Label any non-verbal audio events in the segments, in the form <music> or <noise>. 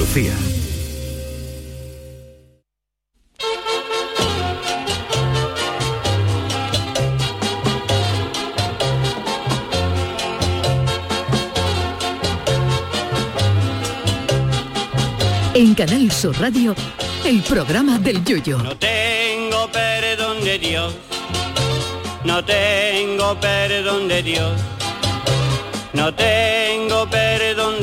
Andalucía. En Canal Sur Radio, el programa del Yoyo. No tengo perdón de Dios, no tengo perdón de Dios, no tengo perdón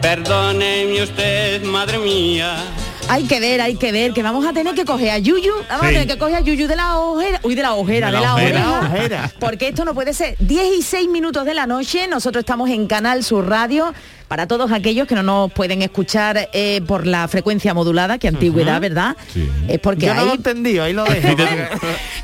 Perdóneme usted, madre mía. Hay que ver, hay que ver, que vamos a tener que coger a Yuyu, vamos a Sí. tener que coger a Yuyu de la ojera, uy, de la ojera, de, De la la, ojera. oreja, De la ojera. porque esto no puede ser. 10 y 6 minutos de la noche, nosotros estamos en Canal Sur Radio, para todos aquellos que no nos pueden escuchar eh, por la frecuencia modulada, que antigüedad, Ujú. ¿verdad? Es porque Yo no lo he hay entendido, ahí lo <laughs> dejo.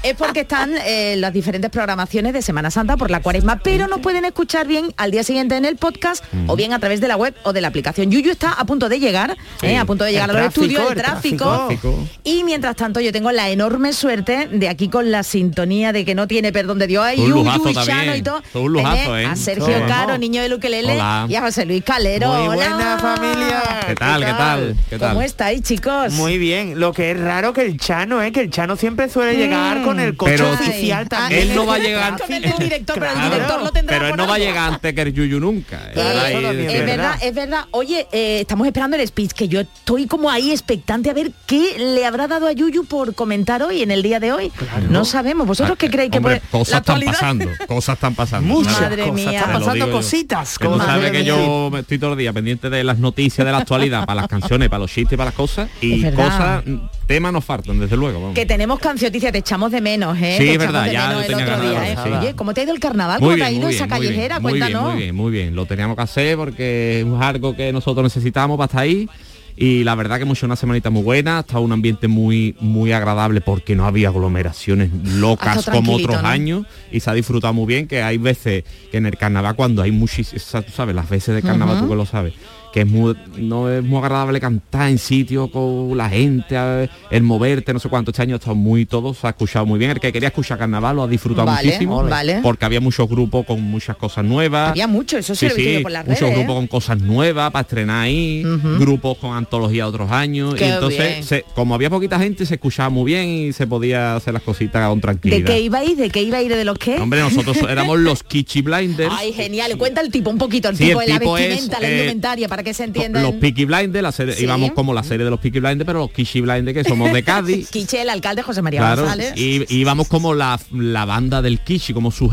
es porque están eh, las diferentes programaciones de Semana Santa por la cuaresma, pero nos pueden escuchar bien al día siguiente en el podcast o bien a través de la web o de la aplicación. Yuyu está a punto de llegar, Sí. eh, a punto de llegar El a los tráfico, estudios, el el tráfico. tráfico. Y mientras tanto yo tengo la enorme suerte de aquí con la sintonía de que no tiene perdón de Dios, ay, Un Yuyu, lujazo y Chano también. y todo, Un lujazo, tener ¿eh? a Sí, Sergio vamos. Caro, niño de Luquelele, Hola. y a José Luis Calero. Muy Hola. buena familia. ¿Qué tal, qué tal, qué tal? ¿Cómo estáis, chicos? Muy bien, lo que es raro que el Chano, ¿eh? que el Chano siempre suele llegar con el coche Pero oficial también. él no va a llegar. Ah, Con el del director, pero el Claro, director lo tendrá pero él por no va a algo. llegar antes que el Yuyu nunca. Eh, Él ahí- es verdad, es verdad. Oye, eh, estamos esperando el speech, que yo estoy como ahí expectante a ver qué le habrá dado a Yuyu por comentar hoy, en el día de hoy. No sabemos. ¿Vosotros qué creéis que Ah, Hombre, puede- cosas la están actualidad? pasando, cosas están pasando. Muchas Claro. Madre cosas mía. están Te lo pasando digo yo. cositas, Que tú cosas. sabes que Madre yo me estoy todo el día pendiente de las noticias de la actualidad, para las canciones, para los chistes, para las cosas y Es verdad. cosas, temas nos faltan, desde luego. vamos. Que tenemos cancioticias, te echamos de menos, ¿eh? Sí, Te es echamos verdad, de ya menos lo el tenía otro día, ganado, ¿eh? sí. Oye, ¿cómo te ha ido el carnaval? ¿Cómo Muy te ha bien, ido muy esa bien, muy callejera? bien, muy bien, Cuéntanos. Muy bien, muy bien. Lo teníamos que hacer porque es algo que nosotros necesitamos para estar ahí. Y la verdad que hemos hecho una semanita muy buena, ha estado un ambiente muy muy agradable porque no había aglomeraciones Ha locas estado como tranquilito, otros ¿no? años y se ha disfrutado muy bien, que hay veces que en el carnaval cuando hay muchísimas, tú sabes, las veces de carnaval Ujú. tú que lo sabes, que es muy, no es muy agradable cantar en sitio con la gente, eh, el moverte, no sé cuánto, este año ha estado muy todo, se ha escuchado muy bien, el que quería escuchar carnaval lo ha disfrutado Vale, oh, muchísimo, vale. porque había muchos grupos con muchas cosas nuevas. Había mucho, eso sí lo he visto yo por las muchos redes, grupos ¿eh? con cosas nuevas para estrenar ahí, grupos con antología de otros años. Qué y entonces, bien. se- como había poquita gente, se escuchaba muy bien y se podía hacer las cositas con ¿De tranquilidad. qué ibais? ¿De qué ibais? ¿De los qué? <laughs> Hombre, nosotros éramos los Kichi Blinders. Ay, genial. Cuenta el tipo un poquito, el Sí, tipo el de la tipo es, vestimenta, la eh, indumentaria, para que se entienda. Los Peaky Blinders, la serie, Sí. íbamos como la serie de los Peaky Blinders, pero los Kichi Blinders que <laughs> somos de Cádiz. Quiche, el alcalde José María Claro, González. y y íbamos como la, la banda del Kichi, como sus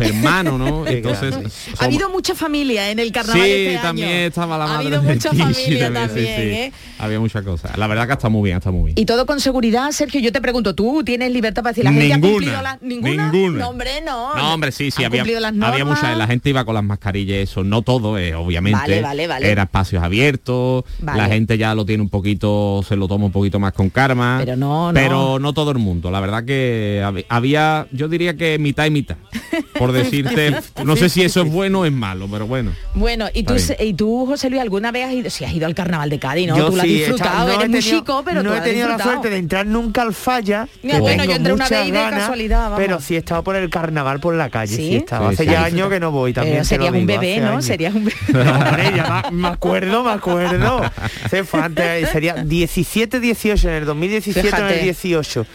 <laughs> hermanos, ¿no? Entonces, Ha somos- habido mucha familia en el carnaval sí, este año. también estaba la Ha madre habido del mucha Kishi familia también, sí, también, sí. ¿eh? Había muchas cosas. La verdad que está muy bien, está muy bien. Y todo con seguridad, Sergio, yo te pregunto, ¿tú tienes libertad para decir la gente ha Ninguna. cumplido las ninguna? Ninguna. No, hombre, no. No, hombre, sí, sí, ¿Han había, cumplido las normas? había mucha, la gente iba con las mascarillas, eso, no todo, eh, obviamente. Vale, vale, vale. Era espacios abiertos, Vale. la gente ya lo tiene un poquito, se lo toma un poquito más con karma. Pero no, no. Pero no todo el mundo, la verdad que hab- había, yo diría que mitad y mitad, <laughs> por decirte, no sé si eso es bueno o es malo, pero bueno. Bueno, y tú, Está y tú, José Luis, ¿alguna vez has ido? Sí, has ido al carnaval de Cádiz, ¿no? Yo tú lo has sí, he disfrutado, estado- no he eres muy tenido- chico, pero no tú he has tenido la disfrutado. Eh, suerte de entrar nunca al falla. Mira, que bueno, tengo yo entré una muchas vez y de casualidad, vamos. Pero sí he estado por el carnaval por la calle, sí, Eh, he estado. Sí, hace sí. ya años que no voy también. Pero te lo serías un digo, bebé, hace ¿no? años. Serías un bebé. <laughs> Hombre, ya me, me acuerdo, me acuerdo. Se fue antes, sería 17, 18, en el 2017 o en Fíjate. el 18.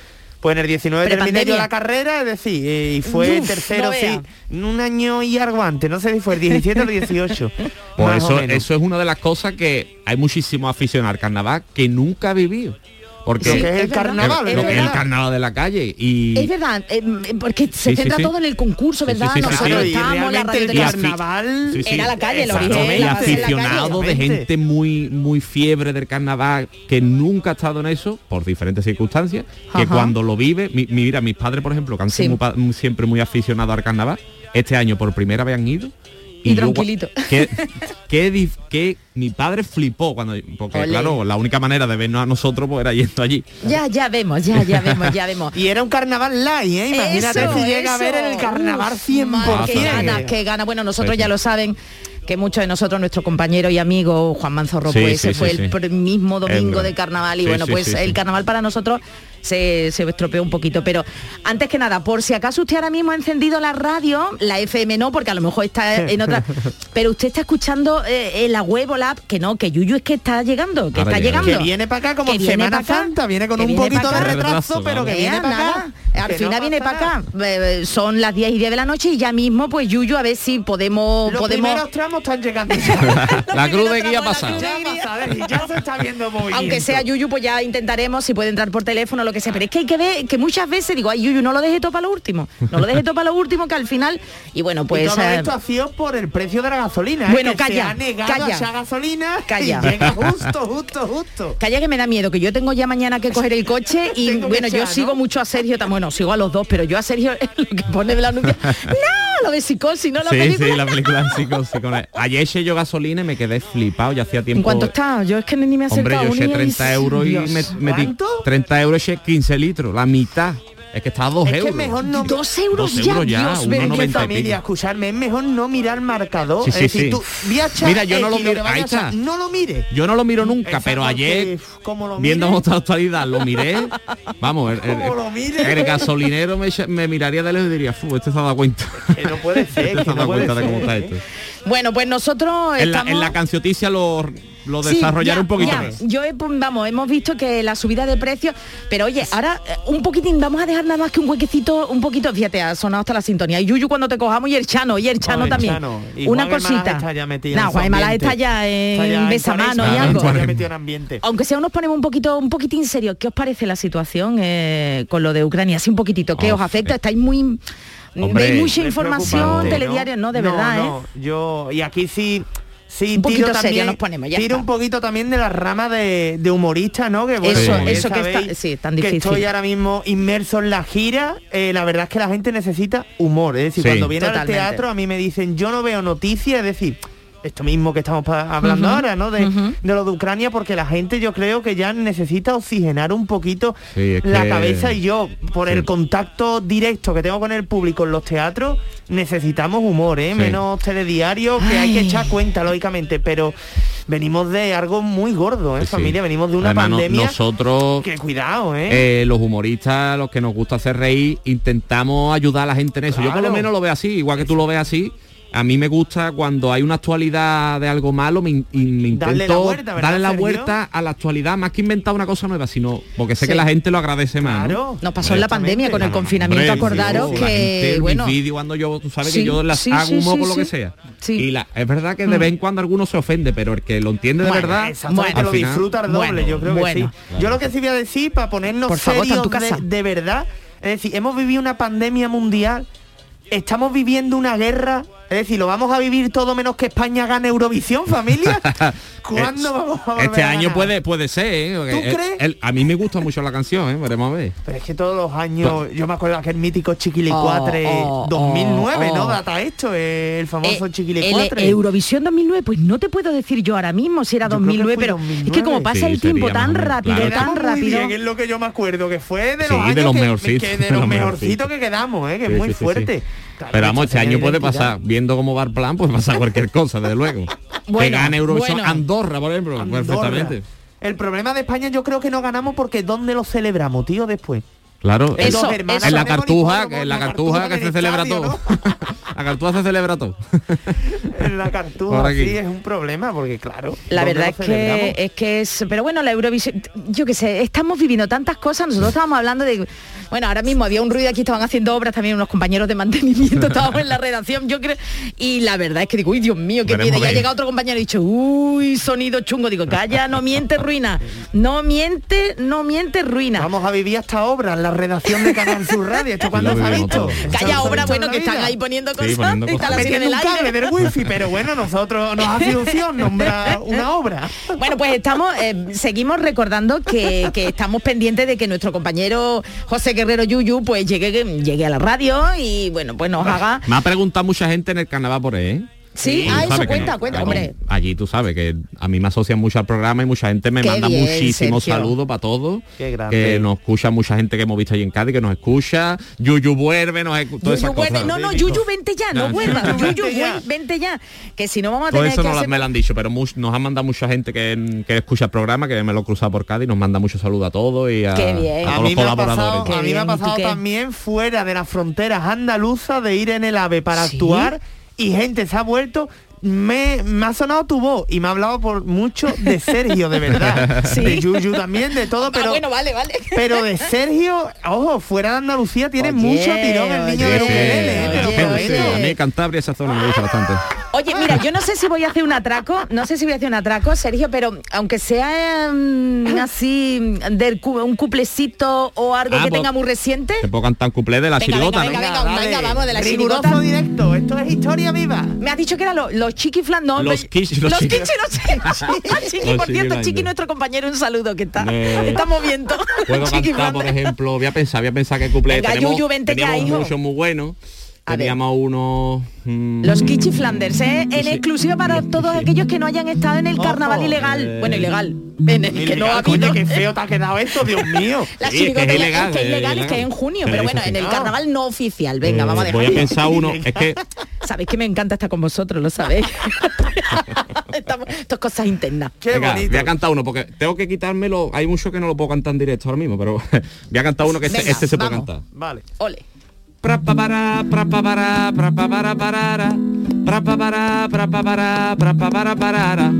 Pues en el 19 terminé yo Prepandemia. la carrera, es decir, eh, y fue Uf, tercero, no vea. sí, un año y algo antes, no sé si fue el 17 o el <laughs> 18. Por más o eso, menos. eso es una de las cosas que hay muchísimos aficionados al carnaval que nunca ha vivido. Porque Lo que es el Sí, es verdad, carnaval, lo, es que es el verdad. carnaval de la calle. Y Es verdad, eh, porque se Sí, sí, centra sí. todo en el concurso, ¿verdad? sí, sí, Nosotros sí. estábamos, la radio Realmente el de- carnaval Sí, sí. Era la calle, el Exacto, origen, y la base de la aficionado calle. de gente muy muy fiebre del carnaval que nunca ha estado en eso por diferentes circunstancias que Ajá. cuando lo vive mi- mi- mira mis padres por ejemplo que han sido muy pa- muy- siempre muy aficionados al carnaval este año por primera vez han ido Y yo, tranquilito. <laughs> Que, que dif- que mi padre flipó cuando... Porque Ole. claro, la única manera de vernos a nosotros pues, era <laughs> yendo allí. Ya, ya vemos, ya, ya vemos, ya vemos. Y era un carnaval live, ¿eh? Imagínate Eso, si llega a ver eso. el carnaval Uf, 100%. madre, Qué ganas, Eh, qué ganas. Bueno, nosotros Pues ya sí. lo saben que muchos de nosotros, nuestro compañero y amigo Juan Manzorro, Sí, pues sí, se fue sí, el sí. pr- mismo domingo gran- de carnaval y Sí, bueno, sí, pues sí, sí. el carnaval para nosotros se, se estropeó un poquito. Pero antes que nada, por si acaso usted ahora mismo ha encendido la radio, la FM no, porque a lo mejor <laughs> está en otra, pero usted está escuchando eh, en la web o la app, que no, que Yuyu es que está llegando, que Ahora está llega. llegando. Que viene para acá como Que en viene pa' Semana acá, Santa, viene con que un viene pa' poquito de acá. retraso, Retraso, pero que vamos. viene Vea, para acá. nada. Al Que no final viene para pasa acá. nada. Eh, eh, son las 10 y 10 de la noche y ya mismo, pues Yuyu, a ver si podemos... Los podemos primeros tramos están llegando. <laughs> la cruz de tramo, guía la pasada. cruz de- ya, pasa, a ver, ya se está viendo movimiento. aunque sea Yuyu, pues ya intentaremos si puede entrar por teléfono lo que sea. Pero es que hay que ver que muchas veces digo, ay Yuyu, no lo deje todo para lo último. No lo deje todo para lo último, que al final. Y bueno, Y pues. todo eh, esto ha sido por el precio de la gasolina. ¿eh? Bueno, que Se calla, ha negado calla. a esa gasolina. Calla. Y llega justo, <laughs> justo, justo. Calla que me da miedo, que yo tengo ya mañana que coger el <laughs> coche y Tengo que bueno, yo echar, ¿no? sigo mucho a Sergio, tam- bueno, sigo a los dos, pero yo a Sergio <laughs> lo que pone de la anuncio, <laughs> no, lo de psicosis, no la Sí, película. sí, la no". película de <laughs> psicosis. con el- Ayer eché yo gasolina y me quedé flipado, ya hacía tiempo. ¿En cuánto está? Yo es que ni me he Hombre, acercado. yo eché ni- 30 euros y Dios. me metí ¿Cuánto? 30 euros eché 15 litros, la mitad. Es que está a 2 Es que euros. mejor no- Dos euros, Dos ya, euros ya, Dios bendito. uno Mi 90 y pico. familia, escucharme, es mejor no mirar marcador. Sí, sí, es decir, sí. tú, voy a echar Mira, yo no lo X lo miro, que vaya ahí a echar, está. No lo <laughs> mire. Yo no lo miro nunca, Exacto, pero ayer, porque, como lo viendo mire- cómo está la actualidad, lo <laughs> miré. Vamos, el, el- Como lo mire. el gasolinero me, echa- me miraría de lejos y diría, "Fu, este se ha dado <laughs> cuenta. Que no puede ser, Este que se ha no dado puede cuenta de cómo ser, está ¿eh? esto. Bueno, pues nosotros En la, estamos... en la cancioticia lo, lo Sí, desarrollaré ya, un poquito ya. más. Yo, he- pues, vamos, hemos visto que la subida de precios, pero oye, ahora eh, un poquitín, vamos a dejar nada más que un huequecito, un poquito, fíjate, ha sonado hasta la sintonía. Y Yuyu cuando te cojamos y el Chano, y el Chano el también. Chano. Y Una Juan Guimarães cosita. está ya metido en No, su Juan Guimarães ambiente. está ya Está ya en besamano y Cuaresma, algo. ¿no? Ya metido en ambiente. Aunque sea nos ponemos un poquito, un poquitín serio, ¿qué os parece la situación eh, con lo de Ucrania? Así un poquitito, ¿qué Oh, os afecta? eh. Estáis muy Hombre, veis mucha Es información, preocupante, telediarios, no, de verdad, ¿eh? no, Yo, y aquí sí. Sí, Un poquito tiro serio también, nos ponemos, ya tiro está. un poquito también de la rama de, de humorista, ¿no? Que Eso, ya eso que sabéis está- sí, tan Que difícil. estoy ahora mismo inmerso en la gira. eh, la verdad es que la gente necesita humor. ¿eh? Es decir, Sí. cuando viene Totalmente. al teatro a mí me dicen, yo no veo noticias, es decir, esto mismo que estamos pa- hablando ahora, ¿no? De, ujú. de lo de Ucrania, porque la gente yo creo que ya necesita oxigenar un poquito Sí, es la que- cabeza y yo, por el Sí. contacto directo que tengo con el público en los teatros, necesitamos humor, ¿eh? Sí. Menos telediario, que hay que Ay. echar cuenta, lógicamente, pero venimos de algo muy gordo, ¿eh, Sí, sí. familia? Venimos de una Además, no- pandemia. nosotros Que cuidado, ¿eh? Eh, los humoristas, los que nos gusta hacer reír, intentamos ayudar a la gente en eso. Yo por lo Claro. menos lo veo así, igual que tú lo ves así. A mí me gusta cuando hay una actualidad de algo malo, me, in- in- me Darle la intento vuelta, ¿verdad, darle la Sergio? vuelta a la actualidad, más que inventar una cosa nueva, sino porque sé Sí. que la gente lo agradece más. ¿no? claro. Nos pasó en la pandemia con el Exactamente. confinamiento, acordaros Dios, la gente, que el bueno, vídeo cuando yo, tú sabes Sí, que yo las sí, hago sí, humor sí, con lo que sí. sea. Sí. Mm. Y la, es verdad que de vez en cuando alguno se ofende, pero el que lo entiende de Bueno, verdad, Exactamente, Bueno, lo al final- disfruta al doble, bueno, yo creo bueno. que sí. Yo lo que sí voy a decir, para ponernos Por favor, serios está en tu casa. de, de verdad, es decir, hemos vivido una pandemia mundial, estamos viviendo una guerra, es decir, lo vamos a vivir todo menos que España gane Eurovisión, <laughs> familia. <laughs> ¿Cuándo vamos a volver Este a año ganar? puede puede ser, ¿eh? ¿Tú El- crees? el- a mí me gusta mucho la canción, ¿eh? Veremos a ver. Pero es que todos los años, yo me acuerdo aquel mítico Chiquilicuatre Pues Oh, oh, 2009, oh, ¿no? oh. Data esto, eh, el eh, famoso el Chiquilicuatre. Eurovisión 2009, pues no te puedo decir yo ahora mismo si era Yo creo que 2009, fue pero es que como 2009. pasa Sí, el tiempo sería más o tan menos, rápido, claro. tan Quedamos muy rápido. bien, es lo que yo me acuerdo, que fue de los Sí, de años los que- mejorcitos, que, de de los los mejorcitos mejorcitos. que quedamos, eh, que Sí, es muy sí, sí, sí. fuerte. Pero vamos, este esta año puede identidad. pasar, viendo cómo va el plan, pues pasa cualquier cosa, desde <laughs> luego. que Bueno, gane Eurovisión bueno. Andorra, por ejemplo, Andorra. perfectamente. El problema de España yo creo que no ganamos porque ¿dónde lo celebramos, tío, después? Claro, Eso, en- Los hermanos en la tenemos cartuja, hipódromo, en la en cartuja que el se celebra estadio, todo. ¿no? <laughs> La cartuja se celebra todo. <laughs> en la Por cartuja, aquí. sí, es un problema porque, claro. La ¿dónde verdad lo es que, eh, celebramos? es que es, pero bueno, la Eurovisión, yo qué sé, estamos viviendo tantas cosas, nosotros estábamos hablando de, bueno, ahora mismo había un ruido aquí, estaban haciendo obras también unos compañeros de mantenimiento, estábamos en la redacción, yo creo, y la verdad es que digo, uy, Dios mío, qué Veremos miedo, ya a ha ver. llegado otro compañero y ha dicho, uy, sonido chungo, digo, calla, no miente, ruina, no miente, no miente, ruina. Vamos a vivir hasta obra en la redacción de Canal Sur Radio. ¿Esto <laughs> cuándo Lo se ha vivimos visto? todo. Esto no se Calla ha obra, visto en bueno, la que están vida. ahí poniendo cosas, poniendo está la cosas. sirena metiendo en un el aire. cable del wifi, pero bueno, nosotros nos hace ilusión nombrar una obra. Bueno, pues estamos, eh, seguimos recordando que, que estamos pendientes de que nuestro compañero José Guerrero Yuyu pues llegue, llegue a la radio y bueno, pues nos haga. Me ha preguntado mucha gente en el carnaval por él, ¿eh? Sí, Tú ah, eso sabes Ah, que cuenta, cuenta, Allí- hombre. Allí tú sabes que a mí me asocian mucho al programa y mucha gente me Qué manda bien, muchísimos Sergio. saludos para todos. Qué grande. Que nos escucha mucha gente que hemos visto allí en Cádiz, que nos escucha. Yuyu vuelve, nos escucha. todas Yuyu, esas vuelve. cosas. No, no, Yuyu, vente ya, no Ya, vuelvas. Yuyu, Yuyu, vente ya. vuel- vente ya. Que si no vamos a Todo tener eso que no la- hacer- me lo han dicho, pero mu- nos han mandado mucha gente que, que escucha el programa, que me lo he cruzado por Cádiz, nos manda muchos saludos a todos y a, Qué bien. a A todos los mí, me ha colaboradores. pasado, Qué a mí me ha bien, ¿y tú pasado qué? también fuera de las fronteras andaluzas de ir en el AVE para ¿Sí? actuar y gente se ha vuelto. Me, me ha sonado tu voz y me ha hablado por mucho de Sergio, de <laughs> verdad. ¿Sí? De Yuyu también, de todo, Ah, pero, bueno, vale, <laughs> vale. pero de Sergio, ojo, fuera de Andalucía tiene Oye, mucho tirón el oye, niño Sí, de sí, ukelele, eh, te lo sí, pero sí, prometo. bueno. A mí Cantabria esa zona me gusta bastante. Oye, mira, yo no sé si voy a hacer un atraco, no sé si voy a hacer un atraco, Sergio, pero aunque sea mm, así mm, del cu- un cuplecito o algo Ah, que pues, tenga muy reciente. Te puedo cantar un cuplé de la Venga, chirigota, venga, ¿no? venga, Dale, venga, vamos, de la Riguroso chirigota. directo, esto es historia viva. Me has dicho que eran los chiquiflan, no. Los me- quiche- los los chiqui- quiche, los <laughs> chiqui- <laughs> Ah, chiqui, Los por cierto, chiquiflan, chiqui, yo. nuestro compañero, un saludo que está, <laughs> Eh, está moviendo. <laughs> Puedo Chiquiflan. cantar, por ejemplo, voy a pensar, voy a pensar que cuplé Venga, tenemos, Yuyu, vente ya, teníamos hijo. muchos muy buenos. A ver. Teníamos unos mm, Los Kichiflanders, ¿eh? en exclusiva para todos aquellos que no hayan estado en el Ojo, carnaval ilegal. eh. bueno, ilegal. En el que no ha Ilegal, habido. <laughs> coño, qué feo te ha quedado esto, <laughs> Dios mío. La Sí, es que chirigota es ya- es que ilegal, es es legal, es ilegal. que es en junio, Pero pero dice bueno, que en el no. carnaval no oficial. Venga, vamos a eh, Voy a dejarlo. pensar <laughs> uno, es que Sabéis que me encanta estar con vosotros, lo sabéis. <laughs> Estamos- esto es cosas internas. Qué Venga, bonito. voy a cantar uno porque tengo que quitármelo. Hay mucho que no lo puedo cantar en directo ahora mismo, pero <laughs> voy a cantar uno que este, Venga, este se puede vamos. cantar. Vale. Ole. Prapapara, prapapara, prapapara, parara. Prapapara, prapapara, prapapara, parara.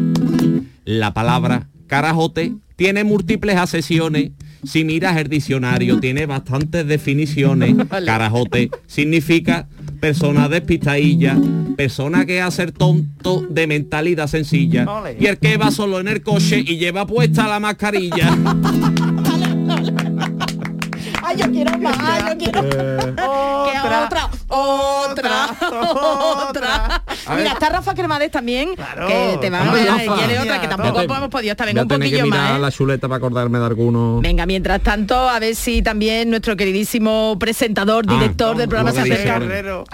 La palabra carajote tiene múltiples acepciones. Si miras el diccionario, tiene bastantes definiciones. <laughs> Carajote significa persona despistadilla, persona que hace el tonto de mentalidad sencilla. Ole. Y el que va solo en el coche y lleva puesta la mascarilla. Ay, yo quiero más, ay, yo quiero Que otra, otra, otra. otra. Mira, está Rafa Cremades también, Claro. que te va a Hombre, ver, ay, Rafa. quiere otra, que Mira, tampoco Voy a te- hemos podido estar, voy venga a un tener que poquillo mirar más. ¿eh? la chuleta para acordarme de alguno. Venga, mientras tanto, a ver si también nuestro queridísimo presentador, Ah, director del lo programa se que dice acerca. ahora. Carrero.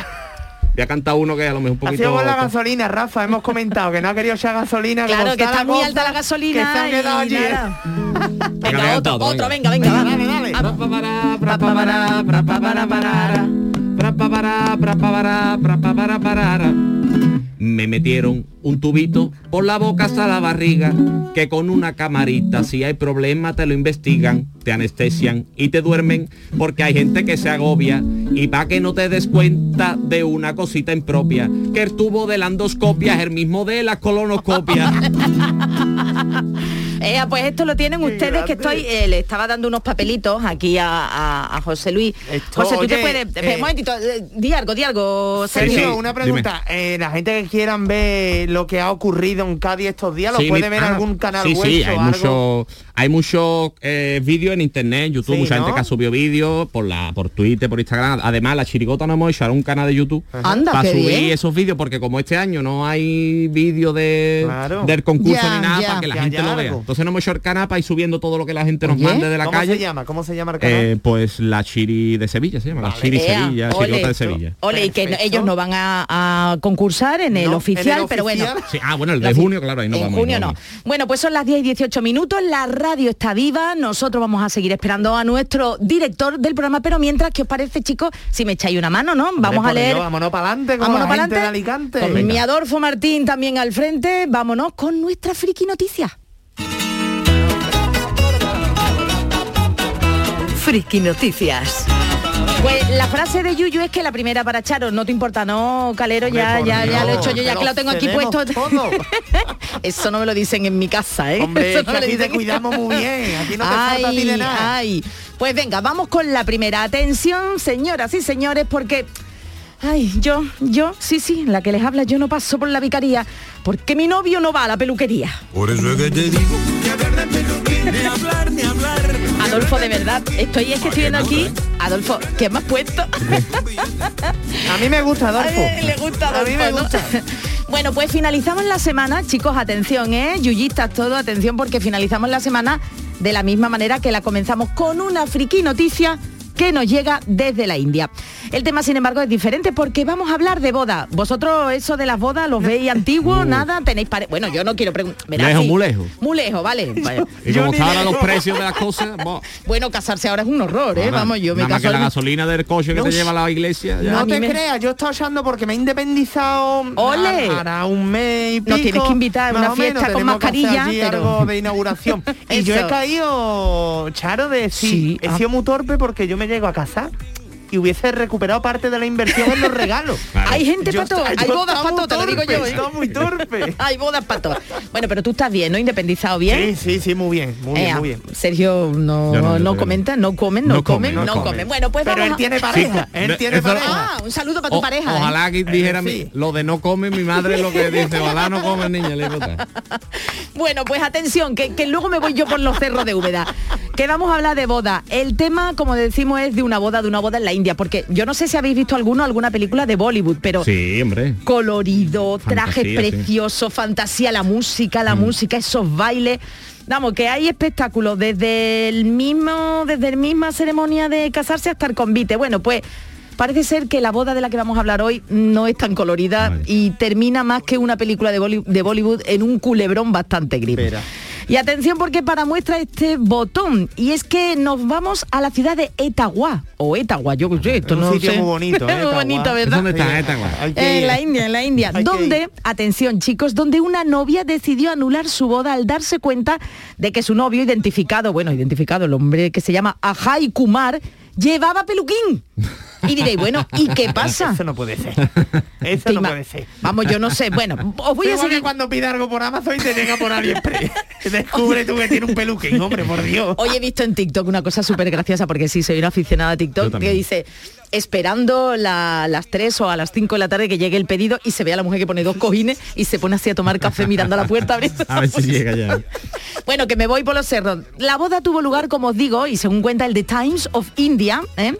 Voy a cantar uno que a lo mejor un poquito. Hacíamos la gasolina, Rafa, hemos comentado que no ha querido echar gasolina. Claro, Gonzalo que está muy Goza, alta la gasolina. Que se han quedado y allí. nada. Venga, venga, otro, otro, otro, venga, venga, va. Dale, dale. Ah, Prapapara, prapapara, prapapara, parara. Prapapara, prapapara, prapapara, parara. Me metieron un tubito por la boca hasta la barriga, que con una camarita si hay problema te lo investigan, te anestesian y te duermen, porque hay gente que se agobia y pa' que no te des cuenta de una cosita impropia, que el tubo de la endoscopia es el mismo de la colonoscopia. Eh, pues esto lo tienen ustedes, que grande. estoy, eh, le estaba dando unos papelitos aquí a, a- a José Luis. Esto, José, tú te oye, puedes... espera, eh, un momentito, eh, di algo, di algo, Sí, Sergio. sí. Sergio, una pregunta. Eh, la gente que quieran ver lo que ha ocurrido en Cádiz estos días, lo Sí, puede mi- ver en ah, algún canal sí, vuestro sí, o hay algo? mucho, hay muchos eh, vídeos en internet, en YouTube, Sí, mucha ¿no? gente que ha subido vídeos por la, por Twitter, por Instagram. Además, la chirigota no hemos hecho ahora un canal de YouTube Anda, para qué subir bien. esos vídeos, porque como este año no hay vídeo de, Claro. del concurso Ya, ni nada ya. para que la Ya, gente ya lo algo. vea. Entonces no hemos hecho el canal para ir subiendo todo lo que la gente nos Oye, mande de la ¿Cómo calle. se llama? ¿Cómo se llama el canal? Eh, pues la chiri de Sevilla se llama, la chiri Ea, Sevilla, ah, ole. chirigota de Sevilla. Ole, y que no- Perfecto. ellos no van a, a concursar en el No, oficial, en el pero bueno. oficial. Sí, ah, bueno, el La de fi- junio, claro, ahí no en vamos. ahí junio no. vamos. Bueno, pues son las 10 y 18 minutos, la radio está viva, nosotros vamos a seguir esperando a nuestro director del programa, pero mientras, ¿qué os parece, chicos? Si me echáis una mano, ¿no? Vamos a Hombre, por leer... ello, vámonos para adelante, como Vámonos la para gente de adelante. Alicante. Pues Con mi Adolfo Martín también al frente. Vámonos con nuestra friki noticia. Friki Noticias. Pues la frase de Yuyu es que la primera para Charo, no te importa, no, Calero, Hombre, ya, por ya, ya Dios, lo he hecho yo, ya que que lo lo tengo aquí tenemos puesto. todo. <laughs> Eso no me lo dicen en mi casa, ¿eh? Hombre, Eso es no me que lo aquí te dicen. cuidamos muy bien, aquí no te falta a ti de nada. ay. Pues venga, vamos con la primera. Atención, señoras y señores, porque... Ay, yo, yo, sí, sí, la que les habla, yo no paso por la vicaría, porque mi novio no va a la peluquería. Por eso es que te digo que hablar de peluquín, ni hablar, ni hablar. Adolfo, de verdad, estoy es que estoy viendo aquí. Adolfo, ¿qué más puesto? A mí me gusta, Adolfo. Ay, le gusta A mí Adolfo, me ¿no? gusta. <laughs> Bueno, pues finalizamos la semana, chicos, atención, ¿eh? Yuyistas, todo, atención, porque finalizamos la semana de la misma manera que la comenzamos con una friki noticia que nos llega desde la India. El tema, sin embargo, es diferente porque vamos a hablar de boda. Vosotros eso de las bodas los veis antiguos, nada, tenéis pare... Bueno, yo no quiero preguntar. verás, Lejos, sí. muy lejos. Muy lejos, <laughs> vale. Vaya. Y como están ahora los precios de las cosas, bo, Bueno, casarse ahora es un horror, ¿eh? ahora, Vamos, yo me nada más caso... que la al- gasolina del coche que No, te lleva a la iglesia. ya. a No mí te me- creas, yo estaba echando porque me he independizado ¡Ole! a- hará un mes y pico. Nos tienes que invitar a más una o menos, fiesta con tenemos que hacer mascarilla, allí pero- algo <laughs> de inauguración. y yo he Eso. caído, Charo, de decir, Sí, he ah. sido muy torpe porque yo me llego a casa y hubiese recuperado parte de la inversión en los <laughs> regalos. Claro. Hay gente para todo, Yo- hay yo bodas estaba para muy todo, te lo digo torpe, yo. ¿eh? estaba <laughs> muy torpe. Hay bodas para todo. Bueno, pero tú estás bien, ¿no? Independizado bien. Sí, sí, sí, muy bien, muy bien, Eh, muy bien. Sergio no, Yo no, yo no, te digo. comenta, no comen, no, No come, comen, no no come. comen. Bueno, pues Pero vamos él a- tiene pareja, Sí, él de- tiene eso- pareja. Ah, un saludo para tu O- pareja. ¿eh? Ojalá que dijera Eh, sí. mi- lo de no come mi madre lo que dice, ojalá no come niña, le digo, "Ta". Bueno, pues atención, que, que luego me voy yo por los cerros de Úbeda. Que vamos a hablar de boda. El tema, como decimos, es de una boda, de una boda en la India, porque yo no sé si habéis visto alguno, alguna película de Bollywood, pero Sí, hombre. colorido, trajes Fantasía, sí. preciosos, fantasía, la música, Mm. la música, esos bailes. Vamos, que hay espectáculos desde el mismo, desde la misma ceremonia de casarse hasta el convite. Bueno, pues parece ser que la boda de la que vamos a hablar hoy no es tan colorida Vale. y termina más que una película de, Bolly- de Bollywood en un culebrón bastante gris. Espera. Y atención porque para muestra este botón, y es que nos vamos a la ciudad de Etawá, o Etawá, yo qué sé, esto Es un no sitio sé. <laughs> muy bonito, ¿eh? Muy bonito, Etawah. ¿verdad? ¿Dónde está esta Hay que En ir. la India, en la India. Hay que Donde, ir. atención chicos, donde una novia decidió anular su boda al darse cuenta de que su novio identificado, bueno, identificado, el hombre que se llama Ajay Kumar, llevaba peluquín. Y diréis, bueno, ¿y <laughs> qué pasa? Eso no <laughs> puede ser. Te Eso no ima- puede ser. Vamos, yo no <laughs> sé. Bueno, os voy a Igual que seguir. cuando pide algo por Amazon y te llega por AliExpress. <laughs> Descubre tú que tiene un peluquín, hombre, por Dios. Hoy he visto en TikTok una cosa súper graciosa, porque sí, soy una aficionada a Yo TikTok, que también. dice, esperando la- las 3 o a las 5 de la tarde que llegue el pedido y se ve a la mujer que pone dos cojines y se pone así a tomar café mirando a la puerta. abriendo <laughs> A la ver si puerta. llega ya. Bueno, que me voy por los cerros. La boda tuvo lugar, como os digo, y según cuenta el The Times of India, ¿eh?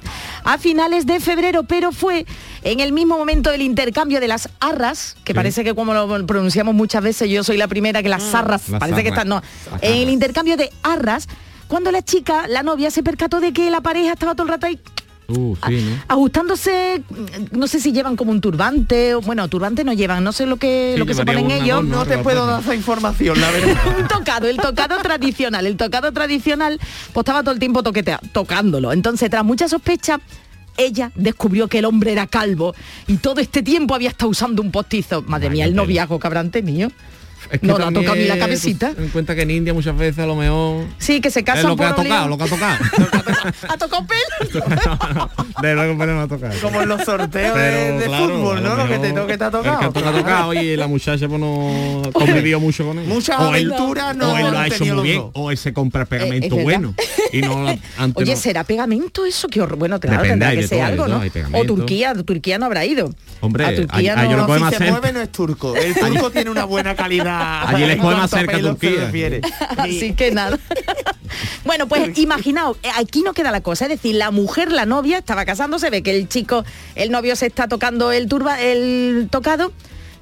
a finales de febrero, pero fue en el mismo momento del intercambio de las arras, que Sí. parece que como lo pronunciamos muchas veces, yo soy la primera que las arras, Las parece que arras. están, no, Las en el arras. intercambio de arras, cuando la chica, la novia, se percató de que la pareja estaba todo el rato ahí Uh, sí, ¿no? ajustándose, no sé si llevan como un turbante, o bueno, turbante no llevan, no sé lo que, Sí, lo que se llevaría ponen un ellos. adorno, No te puedo dar esa información, la verdad. un tocado, el tocado tradicional. El tocado tradicional, pues estaba todo el tiempo toquetea, tocándolo. Entonces, tras mucha sospecha, ella descubrió que el hombre era calvo y todo este tiempo había estado usando un postizo. Madre Vaya mía, el tela. noviazgo que habrán tenido. Es que No le ha también, tocado ni la pues, cabecita. En cuenta que en India muchas veces a lo mejor... Sí, que se Es casan lo que por ha obligación. tocado, lo que ha tocado. <laughs> Ha tocado pelo. De verdad que Pérez no ha tocado. Como en los sorteos de, Pero, de claro, a fútbol, ¿no? Lo que te mejor toque te ha El que tocado. ha tocado, ha tocado y la muchacha pues, <laughs> no convivió mucho con él. Muchas O él- aventuras no o él lo ha han hecho tenido muy los bien. dos. Eh, O él se compra pegamento verdad. bueno. Y no <laughs> la- antes Oye, no. ¿será pegamento eso? Qué horror. Bueno, claro, Depende, tendrá hay que de ser todo, hay algo, de ¿no? todo, hay O pegamento. Turquía, Turquía no habrá ido. Hombre, a Turquía a- a- yo no- lo No, puede si más se cerca. mueve no es turco. El turco tiene una buena calidad. Allí les en coge más cuanto a cerca a pelo se <laughs> Turquía. refiere. Así que nada. Bueno, pues imaginaos, eh, aquí no queda la cosa, es decir, la mujer, la novia, estaba casándose, ve que el chico, el novio se está tocando el turba, el tocado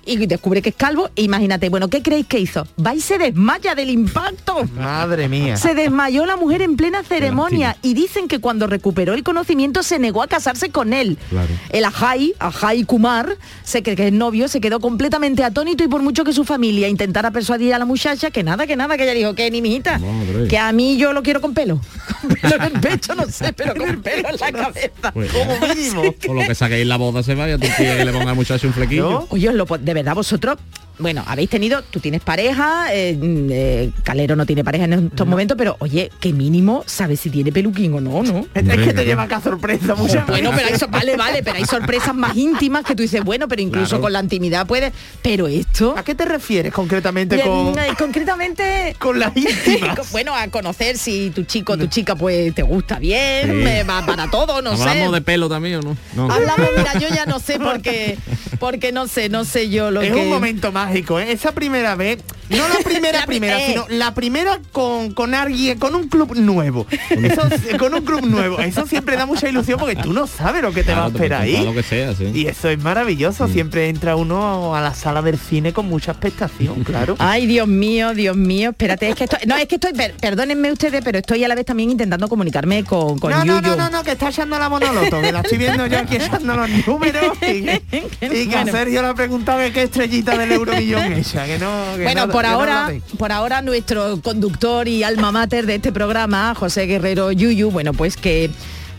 y descubre que es calvo, e imagínate, bueno, ¿qué creéis que hizo? Va y se desmaya del impacto. Madre mía. Se desmayó la mujer en plena ceremonia y dicen que cuando recuperó el conocimiento se negó a casarse con él. Claro. El Ajay, Ajay Kumar, se cree que es novio, se quedó completamente atónito y por mucho que su familia intentara persuadir a la muchacha que nada, que nada, que ella dijo que ni mijita, Madre. que a mí yo lo quiero con pelo. <laughs> Con pelo en el pecho, no sé, pero con pelo en la cabeza. Pues, <laughs> Como mínimo. Con lo que saquéis la boda se vaya a Turquía que le ponga al muchacho un flequillo. ¿No? Oh, Oye, os lo po- de verdad vosotros, bueno, habéis tenido, tú tienes pareja, eh, mm, eh, Calero no tiene pareja en estos momentos, pero oye, que mínimo sabes si tiene peluquín o no, ¿no? Es que Venga. te lleva acá sorpresa muchas Bueno, pero hay, veces. so- vale, vale, pero hay sorpresas más íntimas que tú dices, bueno, pero incluso Claro. con la intimidad puedes, pero esto... ¿A qué te refieres concretamente Bien, con, eh, concretamente... <laughs> con las <laughs> <laughs> íntimas? Bueno, a conocer si tu chico o tu chica pues te gusta bien, Sí. eh, va para todo, no sé. Hablamos de pelo también o no. No. Hablamos, mira, yo ya no sé por qué, porque no sé, no sé yo lo es que... un momento mágico, ¿eh? Esa primera vez No la <laughs> primera La pri- primera, eh. sino la primera con, con alguien, con un club nuevo. <laughs> Eso, con un club nuevo. Eso siempre da mucha ilusión porque tú no sabes lo que te va a Claro, esperar encuentras Lo ahí. que Mm. sea, sí. Y eso es maravilloso. Siempre entra uno a la sala del cine con <laughs> mucha expectación, claro. Ah, Ay, Dios mío, Dios mío, espérate, es que estoy, no, es que estoy, per- perdónenme ustedes, pero estoy a la vez también intentando comunicarme con, con no, no, Yuyu. no, no, no, que está echando la monoloto, que la estoy viendo yo aquí echando los <laughs> números y, que- y que a Bueno. Sergio le ha preguntado que qué estrellita del <laughs> euromillón echa, que no... que Bueno, no- por que no la ahora, ve. por ahora nuestro conductor y alma mater de este programa, José Guerrero Yuyu, bueno, pues que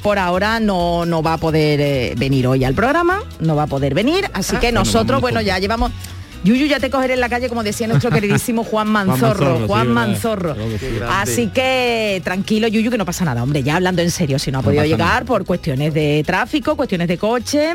por ahora no, no va a poder eh, venir hoy al programa, no va a poder venir, así que nosotros, bueno, ya llevamos... Yuyu ya te cogeré en la calle, como decía nuestro queridísimo Juan Manzorro, Manzorro. sí, Juan verdad. Manzorro. Claro que sí. Así que tranquilo, Yuyu, que no pasa nada. Hombre, ya hablando en serio, si no ha podido pasa llegar nada. por cuestiones de tráfico, cuestiones de coche,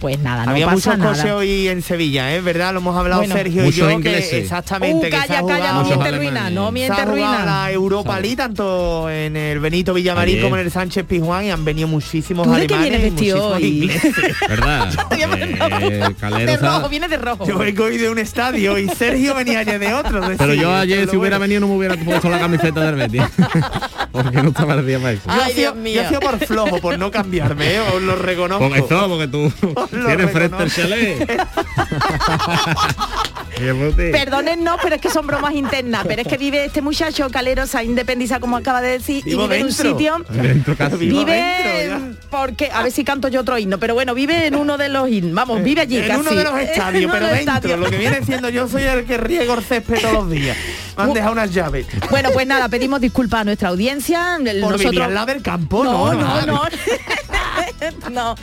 pues nada, Ah, no Había pasa muchos nada. coches hoy en Sevilla, ¿eh? ¿Verdad? Lo hemos hablado Bueno. Sergio y Muchos yo, ingleses. que exactamente, Uh, que se ha calla, calla, jugado- no miente Muchos ruina, alemanes. no Se ha miente jugado ruina. la Europa League tanto en el Benito Villamarín Ayer. como en el Sánchez Pizjuán y han venido muchísimos ¿Tú de qué alemanes vienes y vestido muchísimos hoy? <laughs> ingleses. <laughs> ¿Verdad? Eh, Calero, de o sea, rojo, viene de rojo. Yo vengo hoy de un estadio y Sergio venía ayer de otro. es Pero decir, yo esto es ayer lo si hubiera bueno. venido no me hubiera puesto la camiseta <laughs> del Betis. Porque no estaba el día para eso. Yo Ay, hacía- Dios mío. Yo hacía por flojo, por no cambiarme, ¿eh? os lo reconozco. Porque eso, porque tú <laughs> Lo tienes frente reconozco. el chalet. <laughs> Qué puti. Perdónennos, pero es que son bromas internas. Pero es que vive este muchacho calero, se ha independizado, como acaba de decir, y Vivo vive en dentro. un sitio. Dentro casi. Vivo vive dentro, porque a ver si canto yo otro himno pero bueno vive en uno de los himnos vamos vive allí Eh, en casi. uno de <laughs> los En estadios, uno pero de los dentro. estadios. Lo que viene siendo yo soy el que riego el césped todos los días. Me han Bu- dejado unas llaves. bueno pues nada pedimos disculpas a nuestra audiencia El- Por vivir nosotros al lado del campo, no no, no madre. no <laughs> No.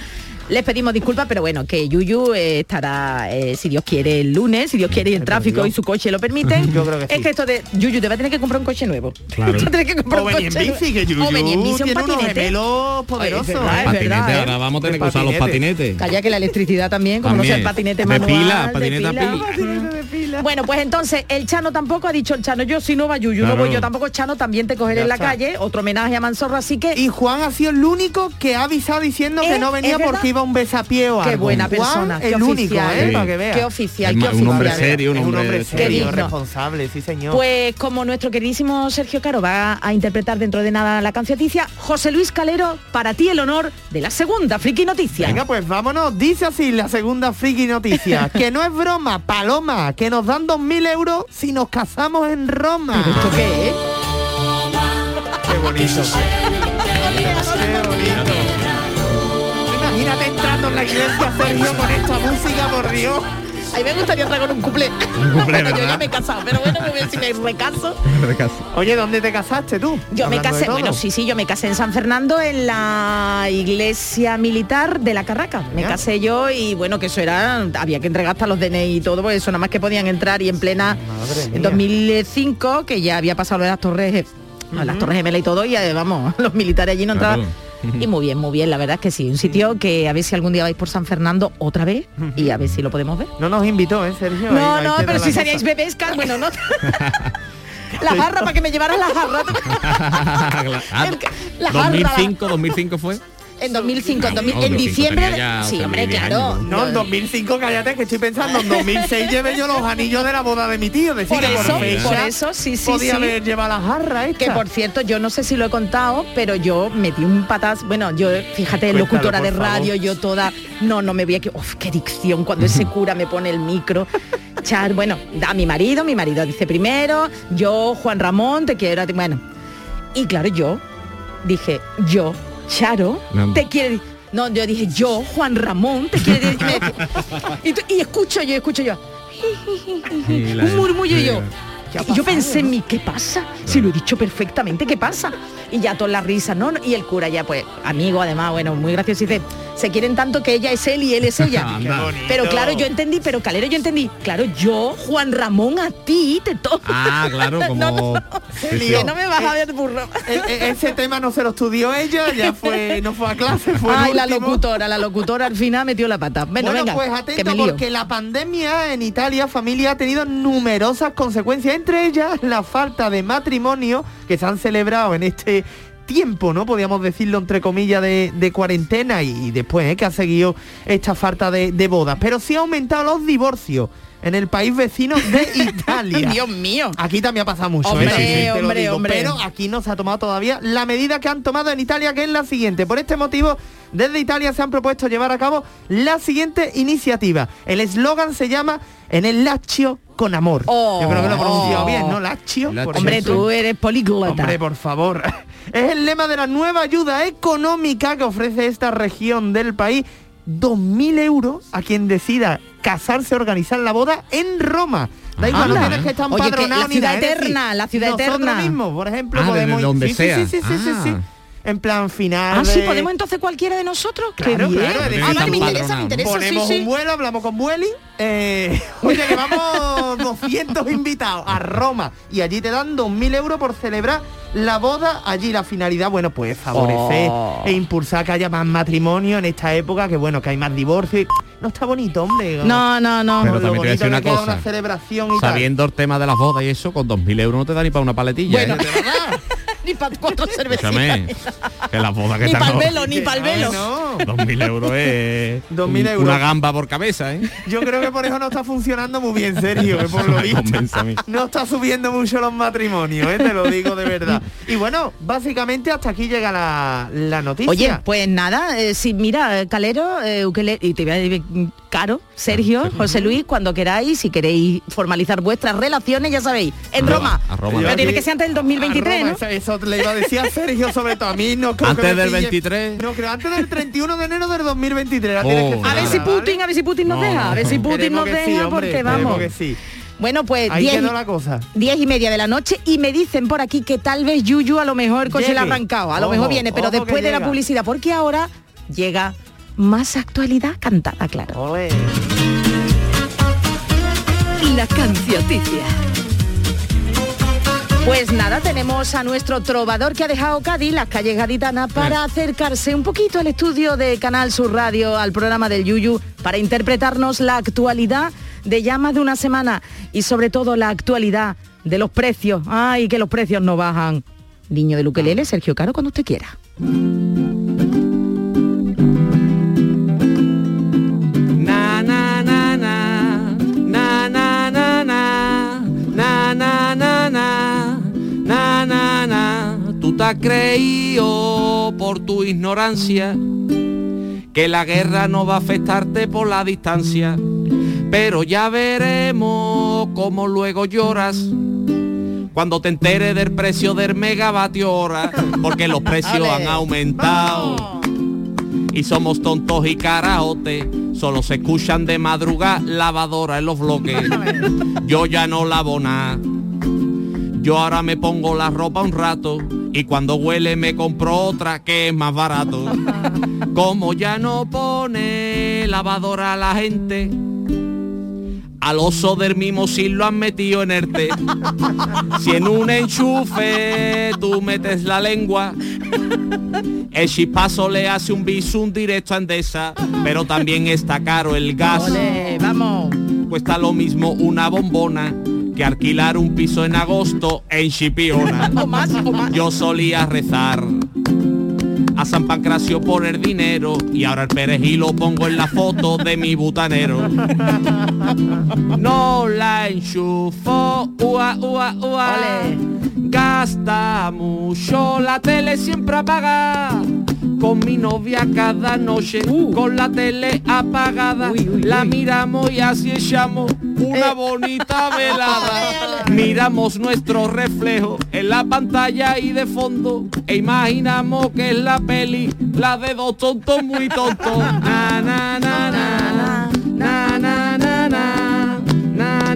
Les pedimos disculpas, pero bueno, que Yuyu eh, estará, eh, si Dios quiere, el lunes, si Dios quiere y el tráfico y su coche lo permiten. Yo creo que Es sí. que esto de Yuyu te va a tener que comprar un coche nuevo. Claro. <laughs> Te va a tener que comprar O un venía en coche bici, que nuevo. O Yuyu venía en bici, un tiene unos patinete. gemelos Oye, es poderosos. verdad, ¿eh? es Patinete, verdad, ¿eh? ahora vamos a tener De que usar los patinete. patinetes. Calla que la electricidad también, como no sea el También. patinete De manual. pila, patinete a pila. Patinete de <laughs> pila. Bueno, pues entonces el Chano tampoco ha dicho el Chano, yo si no va Yuyu, no Claro. voy yo tampoco Chano, también te cogeré Ya en la está. calle, otro homenaje a Manzorro, así que Y Juan ha sido el único que ha avisado diciendo ¿Eh? que no venía ¿Es verdad? porque iba a un besapié o algo. qué buena Juan, persona, qué el único, oficial, ¿eh? Sí. Para que vea. qué oficial, Es qué ma- un oficial. hombre Vale, serio, un es hombre serio, digno. responsable, sí señor. Pues como nuestro queridísimo Sergio Caro va a interpretar dentro de nada la canciaticia, José Luis Calero, para ti el honor de la segunda Friki Noticia. Venga, pues vámonos. Dice así la segunda <laughs> friki noticia. que no es broma, Paloma, que nos dan 2.000 euros si nos casamos <laughs> en Roma. ¿Esto qué eh? es? Qué bonito. Qué bonito. Imagínate entrando en la iglesia, Sergio, con esta música, por Dios. A mí me gustaría entrar con un cumple. Un <laughs> cumple, yo ya ¿verdad? me he casado, pero bueno, me voy a decir que recaso. <laughs> Oye, ¿dónde te casaste tú? Yo me Hablando de casé, todo. bueno, sí, sí, yo me casé en San Fernando, en la iglesia militar de la Carraca. Me Venga. casé yo y bueno, que eso era, había que entregar hasta los DNI y todo, porque eso nada más que podían entrar y en plena Madre mía. en 2005, que ya había pasado lo de las torres, eh, a las torres gemelas y todo, y eh, vamos, <laughs> los militares allí no Claro. entraban. Y muy bien, muy bien, la verdad es que sí, un sitio que a ver si algún día vais por San Fernando otra vez y a ver si lo podemos ver. No nos invitó, ¿eh, Sergio? Ahí- No, ahí no, queda pero la si cosa. seríais bebés, Car, bueno, <laughs> no. La jarra, para que me llevaras la <laughs> jarra. Ah, El ca- la jarra, 2005, 2005 fue. En 2005, en, 2000 en Obvio, diciembre... tenía ya, sí, tenía hombre, 10 claro. años. No, en 2005, cállate, que estoy pensando, en 2006 llevé yo los anillos de la boda de mi tío. Decir Por que eso, fecha por eso, sí, sí, podía sí. haber llevado la jarra esta. Que por cierto, yo no sé si lo he contado, pero yo metí un patas, bueno, yo, fíjate, Cuéntalo, locutora de por favor. radio, yo toda, no, no me voy a que, uf, qué dicción cuando ese cura me pone el micro. Char, bueno, da a mi marido, mi marido dice primero, yo, Juan Ramón, te quiero, a ti", bueno. Y claro, yo dije, yo, Charo, No. te quiere No, yo dije, yo, Juan Ramón, te quiere y, <laughs> me- y tú- y escucho yo, escucho yo. Sí, la- un murmullo y yo. ¿Qué ha Y yo pasado, pensé en no? mí, ¿qué pasa? Si lo he dicho perfectamente, ¿qué pasa? Y ya toda la risa, ¿no? Y el cura ya, pues, amigo, además, bueno, muy gracioso, y dice, se quieren tanto que ella es él y él es <laughs> ella. Anda. Pero claro, yo entendí, pero Calero, yo entendí, claro, yo, Juan Ramón, a ti te toco. <laughs> Ah, claro, como. No, no, no. Sí, Se sí. lió. Que no me vas a ver burro. E- e- ese tema no se lo estudió ella, ya fue, no fue a clase, fue <laughs> el Ay, la último. locutora, la locutora al final metió la pata. Bueno, Bueno, venga, pues que atento me lío. porque la pandemia en Italia, familia, ha tenido numerosas consecuencias, entre ellas la falta de matrimonio que se han celebrado en este tiempo, ¿no? Podríamos decirlo entre comillas de, de cuarentena y, y después, ¿eh? Que ha seguido esta falta de, de bodas. Pero sí ha aumentado los divorcios. en el país <laughs> vecino de Italia. Dios mío. Aquí también ha pasado mucho. Hombre, ¿eh? Te lo hombre, digo, hombre. Pero aquí no se ha tomado todavía la medida que han tomado en Italia, que es la siguiente. Por este motivo, desde Italia se han propuesto llevar a cabo la siguiente iniciativa. El eslogan se llama En el Lazio con amor. Oh, Yo creo que lo he pronunciado oh. bien, ¿no? Lazio. Lazio, por Hombre, eso. tú eres políglota. Hombre, por favor. <laughs> Es el lema de la nueva ayuda económica que ofrece esta región del país. 2.000 euros a quien decida casarse, organizar la boda en Roma. Da igual, no Anda. tienes que estar Oye, que empadronado la ni ciudad nada, es decir, eterna, la ciudad nosotros eterna. mismos, por ejemplo, Ah, desde podemos... donde sí, sí, sea. Sí, sí, sí, sí, Ah. sí. En plan final Ah, sí, de- podemos entonces cualquiera de nosotros. Qué Claro, bien. claro, es decir, Ah, vale, me tan interesa, me interesa. Ponemos sí, un sí. vuelo, hablamos con Vueling. eh, <laughs> oye, <laughs> que vamos 200 invitados a Roma y allí te dan 2.000 euros por celebrar la boda. Allí la finalidad, bueno, pues favorecer Oh. e impulsar que haya más matrimonio en esta época, que bueno, que hay más divorcio. y- No está bonito, hombre. No, no, no. Con Pero también lo te voy a bonito decir una que queda cosa. Una celebración y Sabiendo el tema de las bodas y eso, con 2.000 euros no te da ni para una paletilla. Bueno, ¿eh? <laughs> ni para cuatro cervecitas. Escúchame, que las bodas que Ni están... pa'l velo, tal. ni pa'l Ay, velo. no. 2.000 euros es 2.000 un- euros. una gamba por cabeza, ¿eh? Yo creo que por eso no está funcionando muy bien, serio, que por Eso <laughs> lo me visto. convence a mí. No está subiendo mucho los matrimonios, ¿eh? te lo digo de verdad. Y bueno, básicamente hasta aquí llega la, la noticia. Oye, pues nada, eh, sí, mira, eh, Calero, eh, Ukele- y te voy a decir mm, Caro, Sergio, José Luis, cuando queráis, si queréis formalizar vuestras relaciones, ya sabéis, en A Roma. Roma, a Roma. Pero tiene que ser antes del 2023, Arroba, ¿no? eso, eso le iba a decir a Sergio sobre todo a mí. No creo que Antes me del pille- 23. No creo, antes del 31 de enero del 2023. la Oh. tienes que A ver si celebrar, ¿vale? Putin, a ver si Putin nos No, deja, a ver si Putin Esperemos nos que deja, sí, hombre, porque esperemos vamos. que sí. Bueno, pues Ahí 10 quedó la cosa. Diez y media de la noche y me dicen por aquí que tal vez Yuyu a lo mejor el coche le ha Llegue. arrancado, a lo Ojo, mejor viene, pero ojo que después de la llega. publicidad, porque ahora llega más actualidad cantada, claro. Ole. La cancioticia. Pues nada, tenemos a nuestro trovador que ha dejado Cádiz, las calles gaditanas, para acercarse un poquito al estudio de Canal Sur Radio, al programa del Yuyu, para interpretarnos la actualidad de ya más de una semana y sobre todo la actualidad de los precios. Ay, que los precios no bajan. Niño de Ukelele, Sergio Caro, cuando usted quiera. Na na na na na na na na na na na na na na na Tú te has creído por tu ignorancia que la guerra no va a afectarte por la distancia, pero ya veremos cómo luego lloras. Cuando te enteres del precio del megavatio hora, porque los precios han aumentado y somos tontos y caraote. Solo se escuchan de madrugada lavadora en los bloques. Yo ya no lavo nada. Yo ahora me pongo la ropa un rato y cuando huele me compro otra que es más barato. Como ya no pone lavadora a la gente, al oso del mimosín lo han metido en ERTE. Si en un enchufe tú metes la lengua, el chispazo le hace un bisum directo a Endesa, pero también está caro el gas. Ole, vamos. Cuesta lo mismo una bombona que alquilar un piso en agosto en Chipiona. O más, o más. Yo solía rezar a San Pancracio por el dinero y ahora el perejil lo pongo en la foto de mi butanero. No la enchufo, ua, ua, ua. Ole. Gasta mucho, la tele siempre apaga. Con mi novia cada noche, con la tele apagada, la miramos y así echamos una bonita velada. Miramos nuestro reflejo en la pantalla y de fondo e imaginamos que es la peli, la de dos tontos muy tontos. Na, na, na, na, na, na, na, na, na, na, na,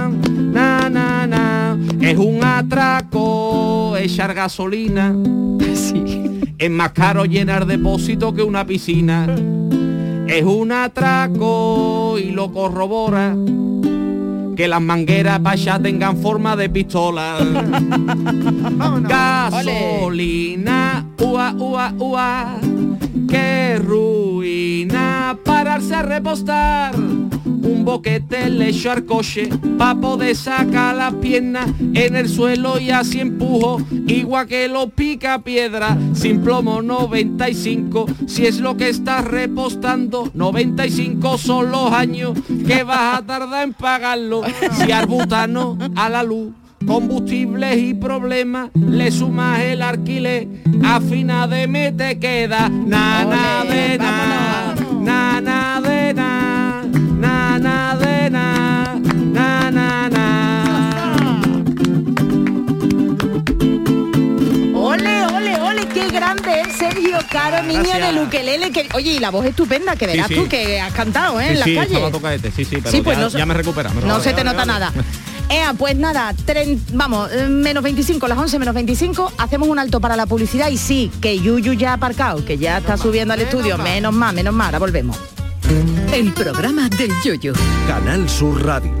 na, na, na, na. Es un atraco echar gasolina. Es más caro llenar depósito que una piscina. Es un atraco y lo corrobora. Que las mangueras vaya tengan forma de pistola. Vámonos. Gasolina, ua, ua, ua. qué ruina pararse a repostar. Un boquete le echó al coche pa' poder sacar las piernas en el suelo y así empujo, igual que lo pica piedra, sin plomo 95, si es lo que estás repostando, 95 son los años que vas a tardar en pagarlo, si al butano a la luz combustibles y problemas, le sumas el alquiler, a fina de me te queda, na na Ole, de na, na na de na, na na de na, na na na. Ole, ole, ole, qué grande es Sergio Caro, niño Gracias. del ukelele. Que, oye, y la voz estupenda, que verás sí. tú que has cantado ¿eh? Sí, en la sí, calle. estaba tocadete, este, sí, sí, pero Sí, pues ya, no se- ya me recupera. me No recupera. se te nota nada. Ea, pues nada, tren- vamos, eh, menos 25, las 11 menos 25, hacemos un alto para la publicidad y sí, que Yuyu ya ha aparcado, que ya está subiendo al estudio, menos más, menos más, ahora volvemos. El programa del yoyo. Canal Sur Radio.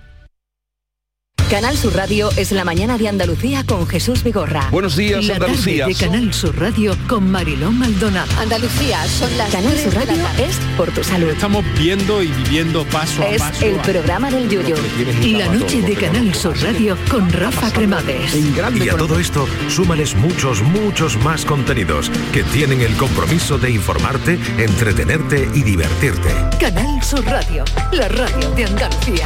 Canal Sur Radio es la mañana de Andalucía con Jesús Vigorra. Buenos días, la Andalucía. tarde de Canal Sur Radio con Mariló Maldonado. Andalucía, son las Canal Sur Radio es por tu salud. Estamos viendo y viviendo paso a Es paso. el a- programa del Yuyo. La noche de Canal Sur Radio con Rafa Cremades. Y a todo esto, súmales muchos, muchos más contenidos que tienen el compromiso de informarte, entretenerte y divertirte. Canal Sur Radio, la radio de Andalucía.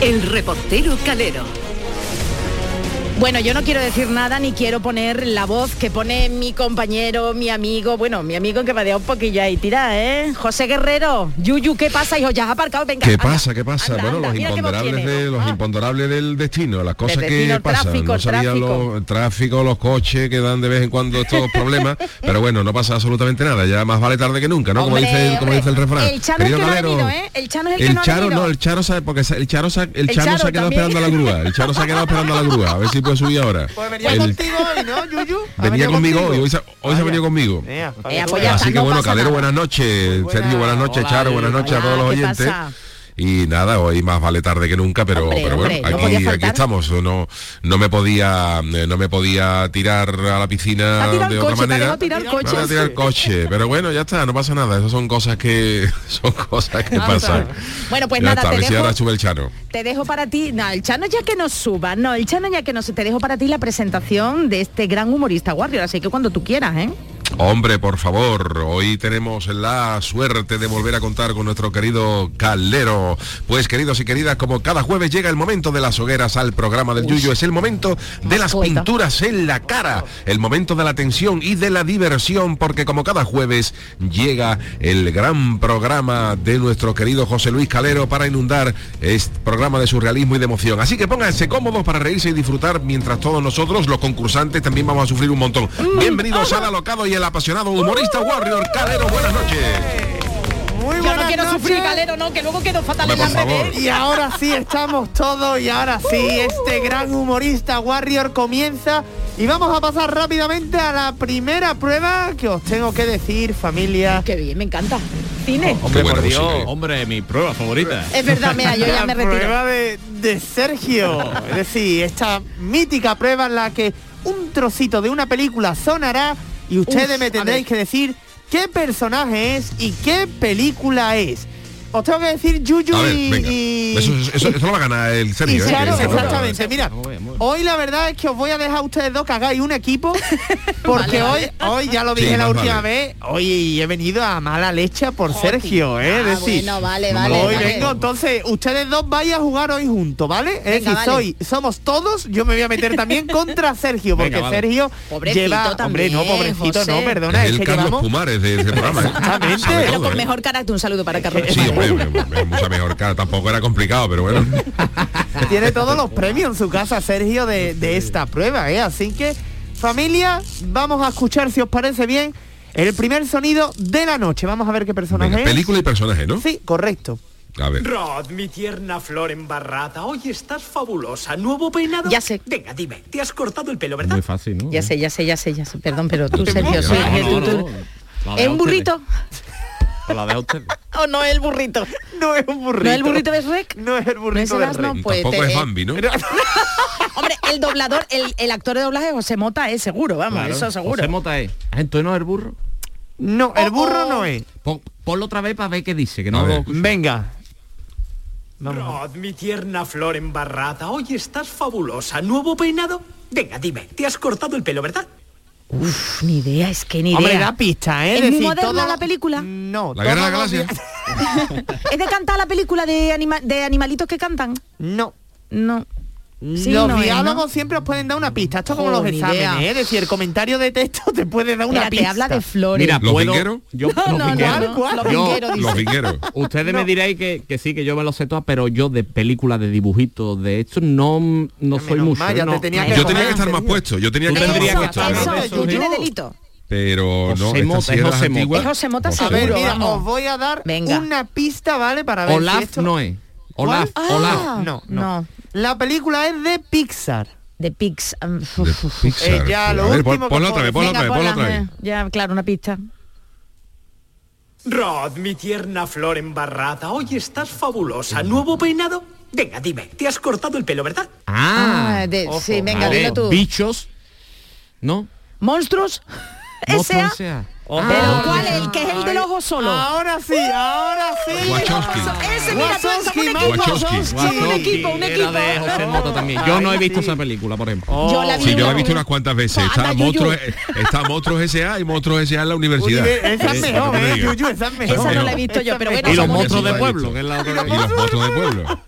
El reportero calero. Bueno, yo no quiero decir nada ni quiero poner la voz que pone mi compañero, mi amigo, bueno, mi amigo que me da un poquillo ahí, tira, ¿eh? José Guerrero, Yuyu, ¿qué pasa, hijo? Ya has aparcado, venga. ¿Qué anda, pasa? ¿Qué pasa? anda, bueno, anda, los mira qué voz imponderables tiene. Ah, de, los imponderables del destino, las cosas destino, que el pasan. tráfico, no el sabían tráfico. los el tráfico, los coches que dan de vez en <laughs> cuando estos problemas, pero bueno, no pasa absolutamente nada. Ya más vale tarde que nunca, ¿no? Hombre, como dice el, como hombre. dice el refrán. El Chano es el Querido que no ha Calero, venido, ¿eh? El Chano es el, que no ha Charo, venido. no, el Charo sabe, porque sa- el Charo, sa- el El Chano Charo se ha quedado también. esperando a la grúa. El Charo se ha quedado esperando a la grúa. A ver si puede subir ahora. Pues venía El- contigo hoy, ¿no, Yuyu? ¿Ha venía venido conmigo hoy, contigo? hoy se, hoy se ha venido conmigo. Ea, Ea, pues ya está, Así que no Ah, bueno, pasa Calero, nada. buenas noches. Sergio, buenas noches. Hola, Charo, buenas noches a todos los ¿qué oyentes. pasa? Y nada, hoy más vale tarde que nunca, pero, Hombre, pero bueno, hombre, no podía aquí, aquí faltar. estamos. No, no me podía, eh, no me podía tirar a la Te ha piscina tirado el de otra coche, te ha manera. dejado tirar Me voy a coches. tirar el coche, pero bueno, ya está, no pasa nada. Esas son cosas que <laughs> son cosas que Vamos a pasan. ver. Bueno, pues ya nada, está, a te ver si dejo- ahora sube el chano. Te dejo para ti, no, el Chano ya que nos suba, no, el Chano ya que no se te dejo para ti la presentación de este gran humorista Warrior, así que cuando tú quieras, ¿eh? Hombre, por favor, hoy tenemos la suerte de volver a contar con nuestro querido Calero. Pues queridos y queridas, como cada jueves llega el momento de las hogueras al programa del Yuyo, es el momento de las poeta. pinturas en la cara, el momento de la tensión y de la diversión, porque como cada jueves llega el gran programa de nuestro querido José Luis Calero para inundar este programa de surrealismo y de emoción. Así que pónganse cómodos para reírse y disfrutar mientras todos nosotros, los concursantes, también vamos a sufrir un montón. Mm, ah, Bienvenidos al alocado y el apasionado humorista Warrior Calero. Buenas noches. Muy Yo buenas no quiero noches. sufrir calero, no, que luego quedo fatal Hombre, en la por favor. red. Y ahora sí, estamos todos y ahora sí, este gran humorista Warrior comienza y vamos a pasar rápidamente a la primera prueba que os tengo que decir, familia. Qué bien, me encanta. Cine. Hombre, buena por Dios, música, eh. hombre, mi prueba favorita. Es verdad, mira, yo <laughs> ya me la retiro. prueba de, de Sergio. Es decir, esta mítica prueba en la que un trocito de una película sonará y ustedes Uf, me a tendréis ver. que decir qué personaje es y qué película es. os tengo que decir Yuyu A ver, y- venga. y... Eso, eso- eso- eso lo va a ganar el y Sergio. ¿eh? claro, Que- que- exactamente. Mira, hoy la verdad es que os voy a dejar a ustedes dos que hagáis <laughs> un equipo, porque Vale, hoy, hoy ya lo Sí, dije la más última vale. vez, hoy he venido a mala leche por Sergio, ¿eh? Es Ah, decir, bueno, vale, vale, Hoy vale. vengo, entonces, ustedes dos vais a jugar hoy juntos, ¿vale? Es Venga, decir, vale. soy, somos todos, yo me voy a <laughs> meter también contra Sergio, porque Venga, vale. Sergio Pobrecito lleva. también, hombre, no, pobrecito, José. no, perdona, el es que Carlos llevamos. Pumares de ese programa. ¿eh? Sabe Pero todo, con ¿eh? mejor carácter, un saludo para Carlos. Sí, hombre, hombre, hombre, mucha mejor cara. Tampoco era complicado, pero bueno. Ah. Tiene todos los premios en su casa, Sergio, de, de esta prueba, ¿eh? Así que, familia, vamos a escuchar, si os parece bien, el primer sonido de la noche. Vamos a ver qué personaje Venga, es. película y personaje, ¿no? Sí, correcto. A ver. Rod, mi tierna flor embarrada, hoy estás fabulosa. ¿Nuevo peinado? Ya sé. Venga, dime, te has cortado el pelo, ¿verdad? Muy fácil, ¿no? Ya sé, ya sé, ya sé, ya sé. Perdón, pero tú, Sergio, No, sí, no, que tú- no, tú- no. La ¿Es un veo a ustedes. burrito Ah, La veo a ustedes. o no es el burrito? <laughs> No es un burrito. ¿No es el burrito de Shrek? No es el ¿No es burrito el del asno? rey. Pues mm, Tampoco te- es Bambi, ¿no? Hombre, el doblador, el, el actor de doblaje José Mota es seguro, vamos, Claro. eso seguro. José Mota es. Ah, Entonces no es el burro. No, Oh, el burro no es. Pon- ponlo otra vez para ver qué dice, que A no lo ver. Venga. Vamos. Rod, mi tierna flor embarrada, hoy estás fabulosa. ¿Nuevo peinado? Venga, dime, te has cortado el pelo, ¿verdad? Uf, ni idea, es que ni idea. Hombre, da pista, ¿eh? ¿Es Decir, muy moderna todo- la película? No. La guerra de la todos los galaxia. días- <laughs> ¿Es de cantar la película de, anima- de animalitos que cantan? No. No. Sí, los no es, diálogos ¿no? siempre os pueden dar una pista. Esto como Jo, los ni idea. exámenes, ¿eh? Es decir, el comentario de texto te puede dar una Espérate, pista. habla de flores. Mira, ¿Los puedo- vingueros? Yo, no, los no, vingueros. no, no, los Yo- vingueros, dice. Los vingueros. Ustedes me diréis que, que sí, que yo me lo sé todas, pero yo de películas, de dibujitos, de esto, no, no soy Menos mucho. mal, ya ¿eh? no, te tenía no. que Yo joder, tenía que estar más serio. puesto. Yo tenía que Tú estar tendrías más que puesto. estar la eso, más verdad. puesto. tú tienes Yo- delito. Pero no, José Mota, es esta sierra José Mota. antigua. Es José Mota, A seguro. ver, mira, vamos. os voy a dar Venga. una pista, ¿vale? Para ver si Olaf esto- no es. ¿Cuál? Olaf, Ah, Olaf. No, no. no. La película es de Pixar. De Pix. um, uf, De uf, uf. Pixar. Eh, ya, A lo ver, último pon- que ponla otra puedo- vez, ponla Venga, otra vez, ponla ponla, otra vez. eh, Ya, claro, una pista. Rod, mi tierna flor embarrada, hoy estás fabulosa. ¿Nuevo peinado? Venga, dime, te has cortado el pelo, ¿verdad? Ah, Ah, de- ojo, sí, venga, vale. dilo tú. Bichos. ¿No? ¿Monstruos? <laughs> ¿S.A.? Monstruos, sea. ¿Pero Ah, cuál es? ¿El que es el del ojo solo? Ahora sí, ahora sí. Wachowski. Ese, mira, tú, somos un equipo. Wachowski. Somos un equipo, un era equipo. de José Mota también. Yo no he visto esa película, por ejemplo. Oh, Yo la vi Sí, una- yo la he visto unas cuantas veces. Anda, Está Yuyu. Monstruos, está Monstruos S.A. y Monstruos S.A. en la universidad. Esa es Sí, mejor, para que te ¿eh? diga. Yuyu, esa es mejor. Esa no la he visto yo, pero bueno, y los somos un monstruos de equipo. pueblo, que es la otra. Y los monstruos de pueblo.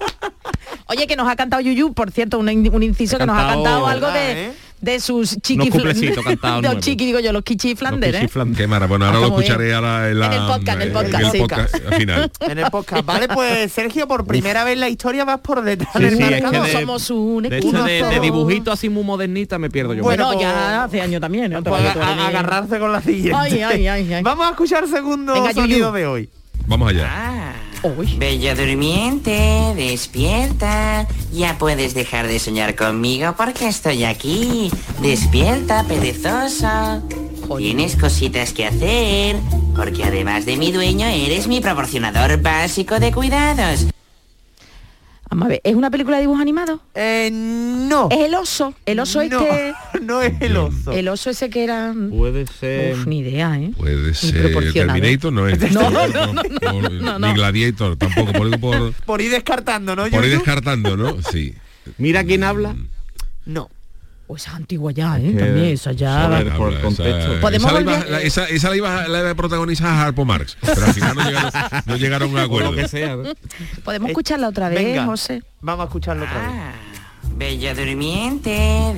Oye, que nos ha cantado Yuyu, por cierto, un, in- un inciso Ha que nos ha cantado, cantado algo ¿verdad, de, eh? de sus chiquis cuplecitos <laughs> ha cantado Los nuevo. chiqui, digo yo, los kichis Flanders, ¿eh? Qué maravilla. Bueno, ahora Ah, lo está muy escucharé ahora en, la- En el podcast, en el podcast, sí. al final. En el podcast. Vale, pues Sergio, por primera vez en la historia vas por detrás Sí, del sí, es que marcador. de- somos un De, este equipo. de, de dibujito así muy modernita me pierdo yo. Bueno, Bueno, ya pues- hace años también, ¿eh? Pues Tampoco a- a- eres- agarrarse con la siguiente. Ay, ay, ay, ay. Vamos a escuchar el segundo Venga, Yuyu. sonido de hoy. Vamos Ah. allá. Uy, Bella durmiente, despierta. Ya puedes dejar de soñar conmigo porque estoy aquí. Despierta, perezoso. Tienes cositas que hacer, porque además de mi dueño eres mi proporcionador básico de cuidados. vamos a ver, ¿es una película de dibujos animados? Eh, no. Es el oso, el oso no, este... <laughs> No es el oso. El oso ese que era... mm, Puede ser. Uf, ni idea, ¿eh? Puede ser proporcionado. Terminator, no es. ¿eh? <laughs> No, no, no, no, Por- no, Ni no. Gladiator, tampoco. Por, <laughs> por, Por ir descartando, ¿no, por ir Yuyu? descartando, ¿no? Sí. Mira quién habla. No. O esa es antigua ya, ¿eh? También esa ya... Sobre- Por- por el contexto. Esa, Podemos esa la iba- volver- la- esa- esa la iba la iba a protagonizar Harpo Marx. Pero al final no llegaron, <laughs> no llegaron a un O acuerdo. lo que sea. ¿no? ¿Podemos escucharla otra vez, Eh, Venga, José? Vamos a escucharlo otra vez. Ah, Bella durmiente,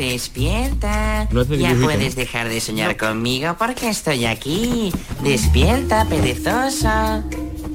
despierta. No es de ya dibujito, puedes dejar de soñar conmigo porque estoy aquí. Despierta, perezoso.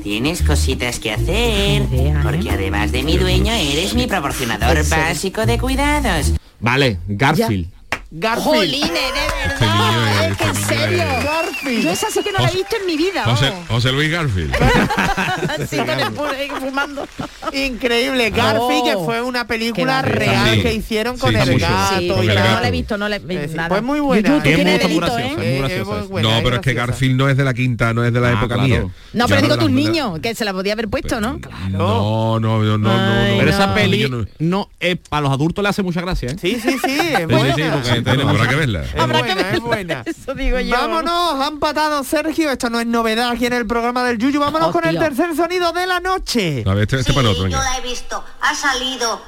Tienes cositas que hacer, Ni idea, ¿eh? porque además de mi dueño eres mi proporcionador básico de cuidados. Vale, Garfield. Garfield. de Este niño es- es que en este niño serio. es- Yo Garfield. esa sí que no la he visto en mi vida. José, vamos. José Luis Garfield. Ah, <laughs> Así con el pu- eh, fumando. Increíble. Garfield, que Oh. fue una película Qué real barbaridad. que hicieron con Sí, el mucho. gato Sí, y con pero el tal. no gato. la he visto, no la he Ah, Es decir, nada. Pues muy buena. Yuyu, tú ¿eh? Es tienes muy delito, graciosa, ¿eh? es muy Eh, graciosa muy esa. buena, no, es pero es que graciosa. Garfield no es de la quinta, no es de la Ah, época claro. mía. No, Yo pero digo hablo tus de la- niños, que se la podía haber puesto, ¿no? <laughs> No, no, no, no, no, Ay, no. Pero no. esa peli Yo no- no es a los adultos le hace mucha gracia, ¿eh? Sí, sí, sí. es Sí, sí, buena. sí, porque tenemos. Habrá que verla. Es Habrá buena, que verla. <laughs> Es buena. Eso digo yo. Vámonos, han patado Sergio. Esto no es novedad aquí en el programa del Yuyu. Vámonos Hostia. con el tercer sonido de la noche. A ver, este, este sí, para otro. Yo la he visto. Ha salido.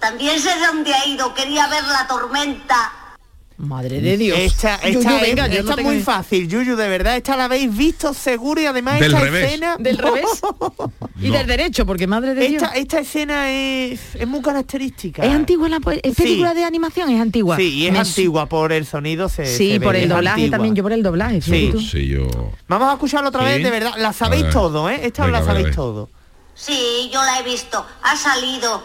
También sé dónde ha ido. Quería ver la tormenta. Madre de Dios. Esta, esta, Yuyu, venga, esta no muy fácil, Yuyu, de verdad. Esta la habéis visto seguro y además del esta revés. escena. <laughs> Del revés. y del derecho, porque madre de esta, Dios. Esta escena es, es muy característica. Es antigua la es película Sí. de animación, es antigua. Sí, y es Me su- antigua por el sonido. Se, Sí, se ve, por el es doblaje antigua. también, yo por el doblaje. Sí. fíjate tú. Sí, yo. Vamos a escucharlo otra Sí. vez, de verdad. La sabéis A ver. todo, ¿eh? Esta Venga, a la ver, a sabéis ver. todo. Sí, yo la he visto. Ha salido.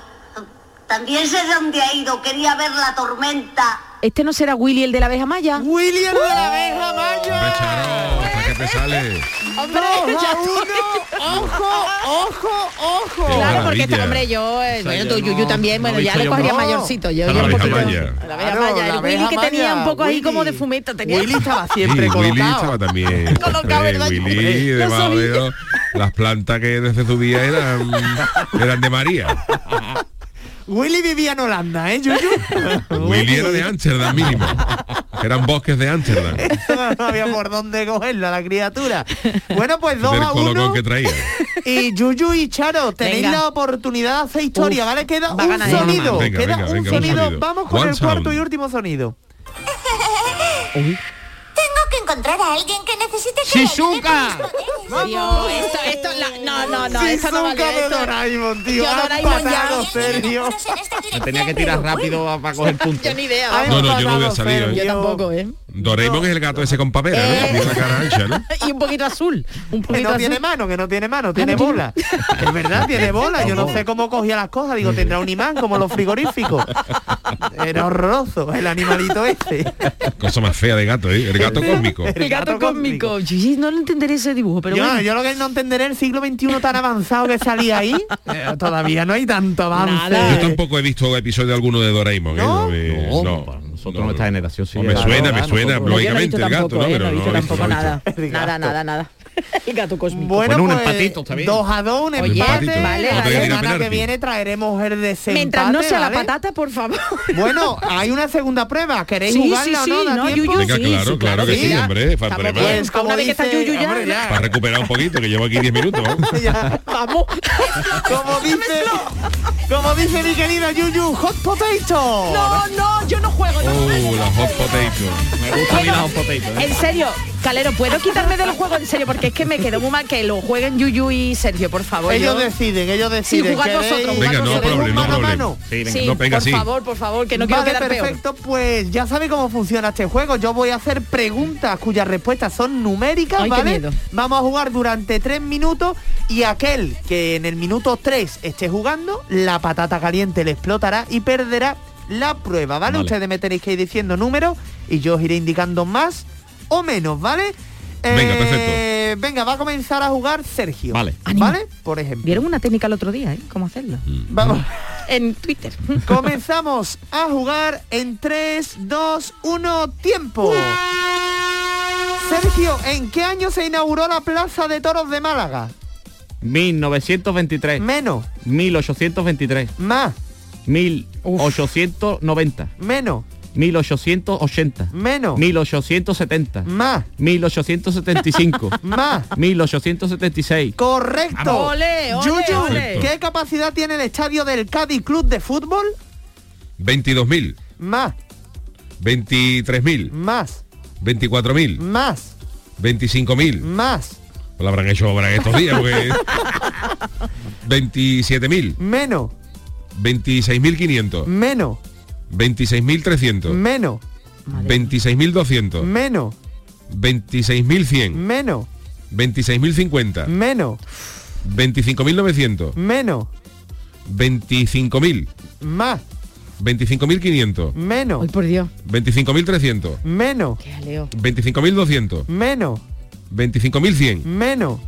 También sé dónde ha ido. Quería ver la tormenta. Este no será Willy el de la abeja maya. Willy el de la abeja Hombre, maya. Charo, ¿para qué te sale? Dos a uno. Ojo, ojo, ojo. Qué Claro, porque maravilla. esta- hombre, yo, eh, O sea, bueno, yo tú, no- Yuyu también, no bueno, he ya visto le yo cogería más. mayorcito. Yo, A la yo un abeja poquito- maya. a La abeja Claro, maya, la el Willy abeja que tenía maya, un poco ahí Willy. como de fumeta. Tenía Willy estaba Sí, siempre Willy colocado. <laughs> estaba también. Colocado, Hombre, ¿verdad? Willy, Lo debajo de sabía. dos, las plantas que desde su día eran, eran de María. Willy vivía en Holanda, ¿eh, Yuyu? <laughs> Willy era de Ámsterdam mínimo. Eran bosques de Ámsterdam. <laughs> no había por dónde cogerla la criatura. Bueno, pues dos Del a uno. colocón que traía. Y Yuyu y Charo, tenéis Venga. la oportunidad de hacer historia, Uf, ¿vale? Queda va a un ganar sonido. Venga, Queda venga, un, venga, un sonido. sonido. Vamos con One el cuarto sound. y último sonido. Tengo que encontrar a alguien que necesite que le ayude con ¡Shizuka! mis poderes. <laughs> Dios, esto, esto, la- no, no, no, Sí, esto no Zuka vale, de esto- Doraemon, tío. Yo, Han Doraemon, ya. pasado, Alguien que Sergio. nos en esta Me dirección, tenía que tirar pero rápido para coger punto. Yo ni idea, Han vamos. No, no, yo no voy a pasado, salir, ¿eh? Yo Sergio. tampoco, ¿eh? Doraemon es el gato ese con papera, Eh. ¿no? Tiene una cara ancha, ¿no? y un poquito azul. Un Que poquito no azul. tiene mano, que no tiene mano, tiene no tiene- bola. Es verdad, tiene bola. Yo no sé cómo cogía las cosas. Digo, tendrá un imán como los frigoríficos. Era horroroso el animalito este. Cosa más fea de gato, ¿eh? El gato cósmico. <laughs> el gato cósmico. Yo sí, no lo entenderé ese dibujo, pero yo, bueno. yo lo que no entenderé el siglo XXI tan avanzado que salía ahí. eh, todavía no hay tanto avance. Nada. Yo tampoco he visto episodio alguno de Doraemon, ¿eh? Eh. ¿No? me- No, no. para nosotros nuestra generación sí No, me era- suena, me Claro, suena, Pero nosotros- yo no he lógicamente visto el gato, tampoco, ¿no? ¿eh? Pero no he visto no, no, tampoco no, no. nada. El Nada, gato. nada, nada. <laughs> El gato cósmico. Bueno, Bueno, un pues, empatito, está bien. Dos a dos, un Oye, empate. vale, la vale. semana que Penalti. viene traeremos el desempate. Pues Mientras no sea la ¿vale? patata, por favor. Bueno, hay una segunda prueba. ¿Queréis Sí, sí, jugarla sí, o no? ¿Da no, tiempo? Yuyu, Pues, Venga, sí, claro, sí, claro que sí, ya. hombre, para Estamos preparar. bien, una vez que está dice- Yuyu ya, hombre, Para recuperar un poquito, que llevo aquí 10 <laughs> minutos. vamos. ya. vamos. <laughs> Como dice, como dice mi querido Yuyu, hot potato. No, no, yo no juego. no. Oh, la hot potato. Me gusta a mí la hot potato, ¿eh? En serio, Calero, ¿puedo quitarme del juego? En serio, porque es que me quedó muy mal que lo jueguen Yuyu y Sergio, por favor. Ellos yo- deciden, ellos deciden. jugad ¿Queréis- vosotros, jugad Venga, no vosotros. problem, no mano a problem. mano? Sí, venga. Sí, no, venga, por sí. favor, por favor, que no quiero vale, quedar peor. perfecto, pues ya sabe cómo funciona este juego. Yo voy a hacer preguntas cuyas respuestas son numéricas, Ay, qué ¿vale? miedo. Vamos a jugar durante tres minutos y aquel que en el minuto tres esté jugando, la patata caliente le explotará y perderá la prueba, ¿vale? Vale. Ustedes me tenéis que ir diciendo números y yo os iré indicando más o menos, ¿vale? Eh, Venga, Venga, va a comenzar a jugar Sergio. Vale. Ánimo. ¿Vale? Por ejemplo. Vieron una técnica el otro día, ¿eh? ¿Cómo hacerlo? Vamos. En Twitter. Comenzamos a jugar en 3, 2, 1, tiempo. Sergio, ¿en qué año se inauguró la Plaza de Toros de Málaga? 1923, Menos, 1823, más, 1890, menos, 1880, menos, 1870, más, <laughs> 1875, más. 1876. Correcto. Vamos. Ole, ole, Yuyu, ole. ¿qué capacidad tiene el estadio del Cádiz Club de Fútbol? 22.000, Más, 23.000, más, 24.000, más, 25.000. más, Pues la habrán hecho obra en estos días, porque... 27.000, menos, 26.500, menos, 26.300, menos, 26.200, menos, 26.100, menos, 26.050, menos, 25.900, menos, 25.000, más, 25.500, menos, Ay, por Dios. 25.300, menos, Qué jaleo. 25.200, menos, 25.100, menos,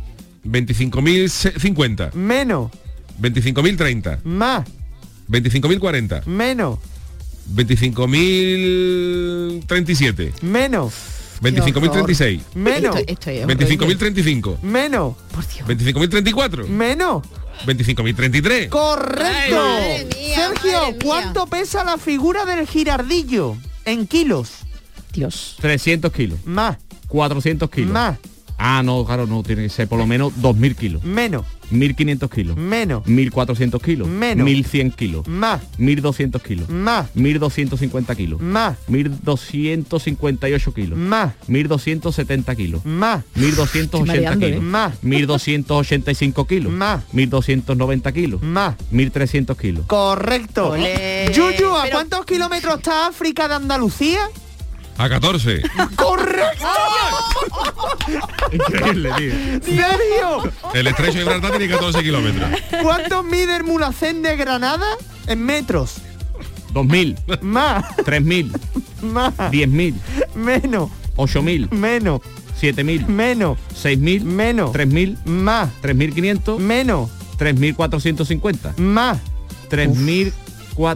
25.050, menos, 25.030, más, 25.040, menos, 25.037, menos, 25.036, menos, Esto, esto es horrible. 25.035, menos, Por Dios. 25.034, menos. 25.033. ¡Correcto! Ay, madre mía, Sergio, madre mía. ¿cuánto pesa la figura del girardillo? en kilos. Dios. 300 kilos. Más. 400 kilos. Más. Ah, no, claro, no, tiene que ser por lo menos 2.000 kilos. Menos. 1.500 kilos. Menos. 1.400 kilos. Menos. 1.100 kilos. Más. 1.200 kilos. Más. 1.250 kilos. Más. 1.258 kilos. Más. 1.270 kilos. Más. 1.280 mareando, ¿eh? kilos. Más. 1.285 kilos. Más. 1.290 kilos. Más. 1.300 kilos. Correcto. Olé. Yuyu, ¿a Pero- cuántos kilómetros está África de <laughs> Andalucía? A 14. ¡Correcto! Increíble, ¡Serio! El estrecho de Gibraltar tiene 14 kilómetros. ¿Cuántos mide el Mulacén de Granada en metros? 2.000. Más, 3.000. más, 10.000. menos, 8.000. menos, 7.000. menos, 6.000. menos, 3.000. más, 3.500. menos, 3.450. más,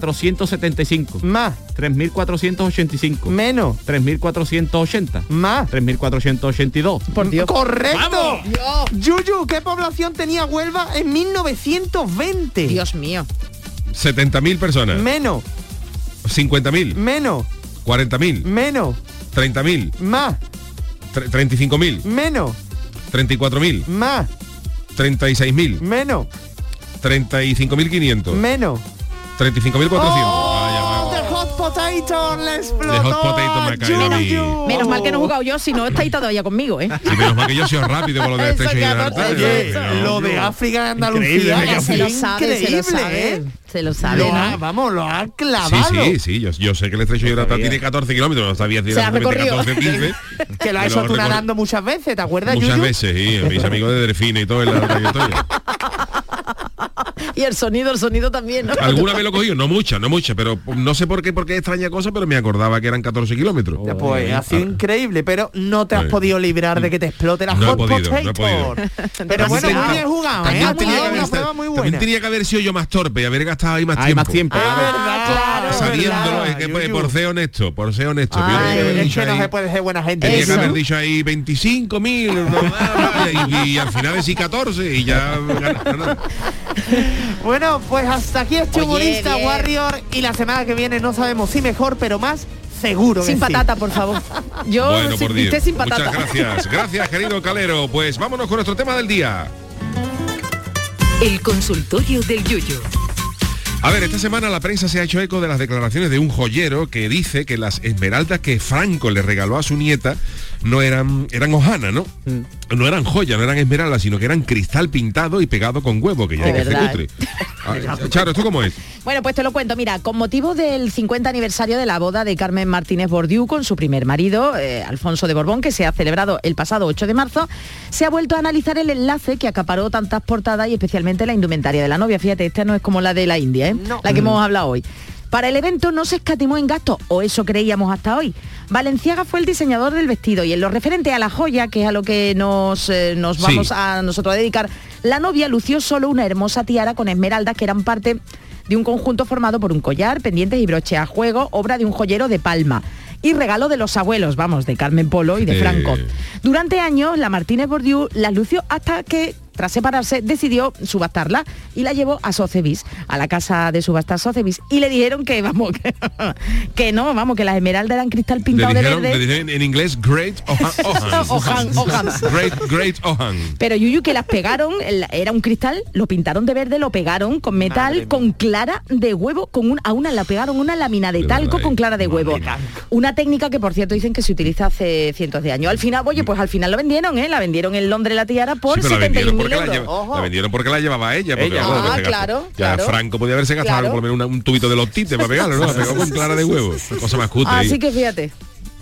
3.475. más, 3.485. menos, 3.480. más. 3.482. Por Dios. ¡Correcto! ¡Vamos! Yuyu, ¿qué población tenía Huelva en 1920? Dios mío. 70.000 personas. Menos, 50.000. menos, 40.000. menos, 30.000. más, tre- 35.000. menos, 34.000. más, 36.000. menos, 35.500. menos. 35.400. Vaya, Oh, va. the hot potato le explotó The hot potato a me ha caído a mí. Yuyu. Menos mal que no he jugado yo, si no estáis todavía conmigo, ¿eh? Y menos mal que yo soy rápido con lo del Eso estrecho de ya no Gibraltar. te- ¿eh? Oye, Pero- lo de África de Increíble, Andalucía venga, Ya es se lo sabe, se lo increíble, sabe. ¿eh? Se lo sabe. Lo ha- ¿no? vamos, lo ha Sí, clavado. sí, sí, yo, yo sé que el estrecho de Gibraltar tiene 14 kilómetros, no sabía si Se ha era solamente recorrido. 14, 15. <laughs> Que lo ha Me hecho tú recor- nadando muchas veces, ¿te acuerdas, Muchas Yuyu? veces, sí, mis amigos de Delfina y todo en la trayectoria. Y el sonido, el sonido también, ¿no? Alguna vez lo he cogido, no mucha, no mucha, pero no sé por qué, porque es extraña cosa, pero me acordaba que eran 14 kilómetros. Ya, Pues ha sido increíble, pero no te has Oye. podido librar de que te explote la No he hot podido, no he potato. podido. <laughs> Pero También bueno, tenía- muy bien jugado, ¿eh? También Ha tenía jugado que haber una esta- prueba muy también buena. tenía que haber sido yo más torpe y haber gastado ahí más Hay tiempo. más tiempo. Ah, claro. claro. Sabiéndolo, es que, verdad, pues, Yuyu. por ser honesto, por ser honesto. Ay, yo tenía que haber Es dicho que no ahí- se puede ser buena gente. Tenía Eso. que haber dicho ahí 25.000 no, nada, y, y al final decí 14 y ya ganaron. Bueno, pues hasta aquí este Oye, humorista bien. Warrior y la semana que viene no sabemos si mejor, pero más seguro. que Sin sí. patata, por favor. Yo Bueno, sin, por Dios. usted sin patata. Muchas gracias. Gracias, querido Calero. Pues vámonos con nuestro tema del día. El consultorio del Yuyo. A ver, esta semana la prensa se ha hecho eco de las declaraciones de un joyero que dice que las esmeraldas que Franco le regaló a su nieta no eran eran hojana, ¿no? Mm. No eran joyas, no eran esmeraldas, sino que eran cristal pintado y pegado con huevo, que ya De hay que ser verdad, cutre. <laughs> Ah, Charo, ¿esto cómo es? Bueno, pues te lo cuento. Mira, con motivo del 50 aniversario de la boda de Carmen Martínez Bordiú con su primer marido, eh, Alfonso de Borbón, que se ha celebrado el pasado 8 de marzo, se ha vuelto a analizar el enlace que acaparó tantas portadas y especialmente la indumentaria de la novia. Fíjate, esta no es como la de la India, ¿eh? No. Mm. la que hemos hablado hoy. Para el evento no se escatimó en gastos, o eso creíamos hasta hoy. Valenciaga fue el diseñador del vestido y en lo referente a la joya, que es a lo que nos, eh, nos Sí. vamos a nosotros a dedicar, la novia lució solo una hermosa tiara con esmeraldas que eran parte de un conjunto formado por un collar, pendientes y broche a juego, obra de un joyero de Palma. Y regalo de los abuelos, vamos, de Carmen Polo y de Eh. Franco. Durante años, la Martínez Bordiú las lució hasta que, tras separarse, decidió subastarla y la llevó a Socevis, a la casa de subastas Socevis, y le dijeron que, vamos, <laughs> que, que no, vamos, que las esmeraldas eran cristal Le pintado de dijeron, le verde. dijeron en inglés Great <laughs> Ohan. Ohan. Ojan, ojan. <laughs> Great, great Ohan. Pero Yuyu que las pegaron, el- era un cristal, lo pintaron de verde, lo pegaron con metal, Madre mía. con clara de huevo, con un- a una la pegaron una lámina de De talco verdad, con eh. clara de Madre huevo. mía. Una técnica que por cierto dicen que se utiliza hace cientos de años. Al final, oye, pues al final la vendieron, ¿eh? La vendieron en Londres la tiara por Sí, pero la vendieron, 71.000 porque la, euros. lleva- Ojo. la vendieron porque la llevaba ella. Porque, Ella. bueno, que Ah, se gastó. claro, Ya claro. Franco podía haberse gastado Claro. por lo menos una- un tubito de lotite para pegarlo, ¿no? La pegó con clara <laughs> de huevo. Cosa más cutre. ¿eh? ahí. Así que fíjate.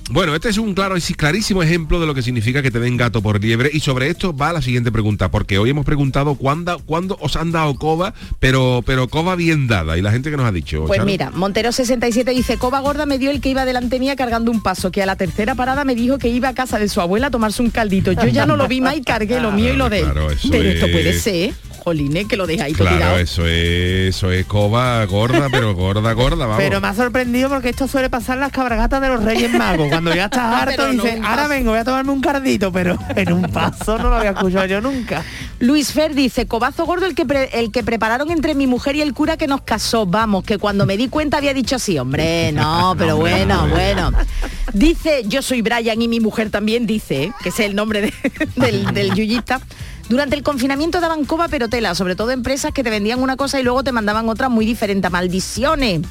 Bueno, este es un claro y sí, clarísimo ejemplo de lo que significa que te den gato por liebre y sobre esto va la siguiente pregunta, porque hoy hemos preguntado cuándo, cuándo os han dado coba, pero pero coba bien dada y la gente que nos ha dicho. Pues Charo. mira, Montero 67 dice, Coba Gorda me dio el que iba delante mía cargando un paso, que a la tercera parada me dijo que iba a casa de su abuela a tomarse un caldito. Yo ya no lo vi más y cargué lo mío y lo de él. Ah, Claro, eso Pero esto es. puede ser, jolines, que lo dejáis todo Claro, tirado. eso es, eso es coba gorda, pero <laughs> gorda, gorda, vamos. Pero me ha sorprendido porque esto suele pasar en las cabragatas de los Reyes Magos. Cuando <laughs> ya estás harto Ah, Pero no dices, un ahora paso". vengo, voy a tomarme un cardito, pero en un paso no lo había escuchado yo nunca. Luis Fer dice, cobazo gordo el que, pre- el que prepararon entre mi mujer y el cura que nos casó. Vamos, que cuando me di cuenta había dicho así, hombre, <laughs> no, pero bueno, bueno. Dice, yo soy Brian y mi mujer también dice, ¿eh? que es el nombre de- <laughs> del, del yuyista. Durante el confinamiento daban coba pero tela, sobre todo empresas que te vendían una cosa y luego te mandaban otra muy diferente. Maldiciones.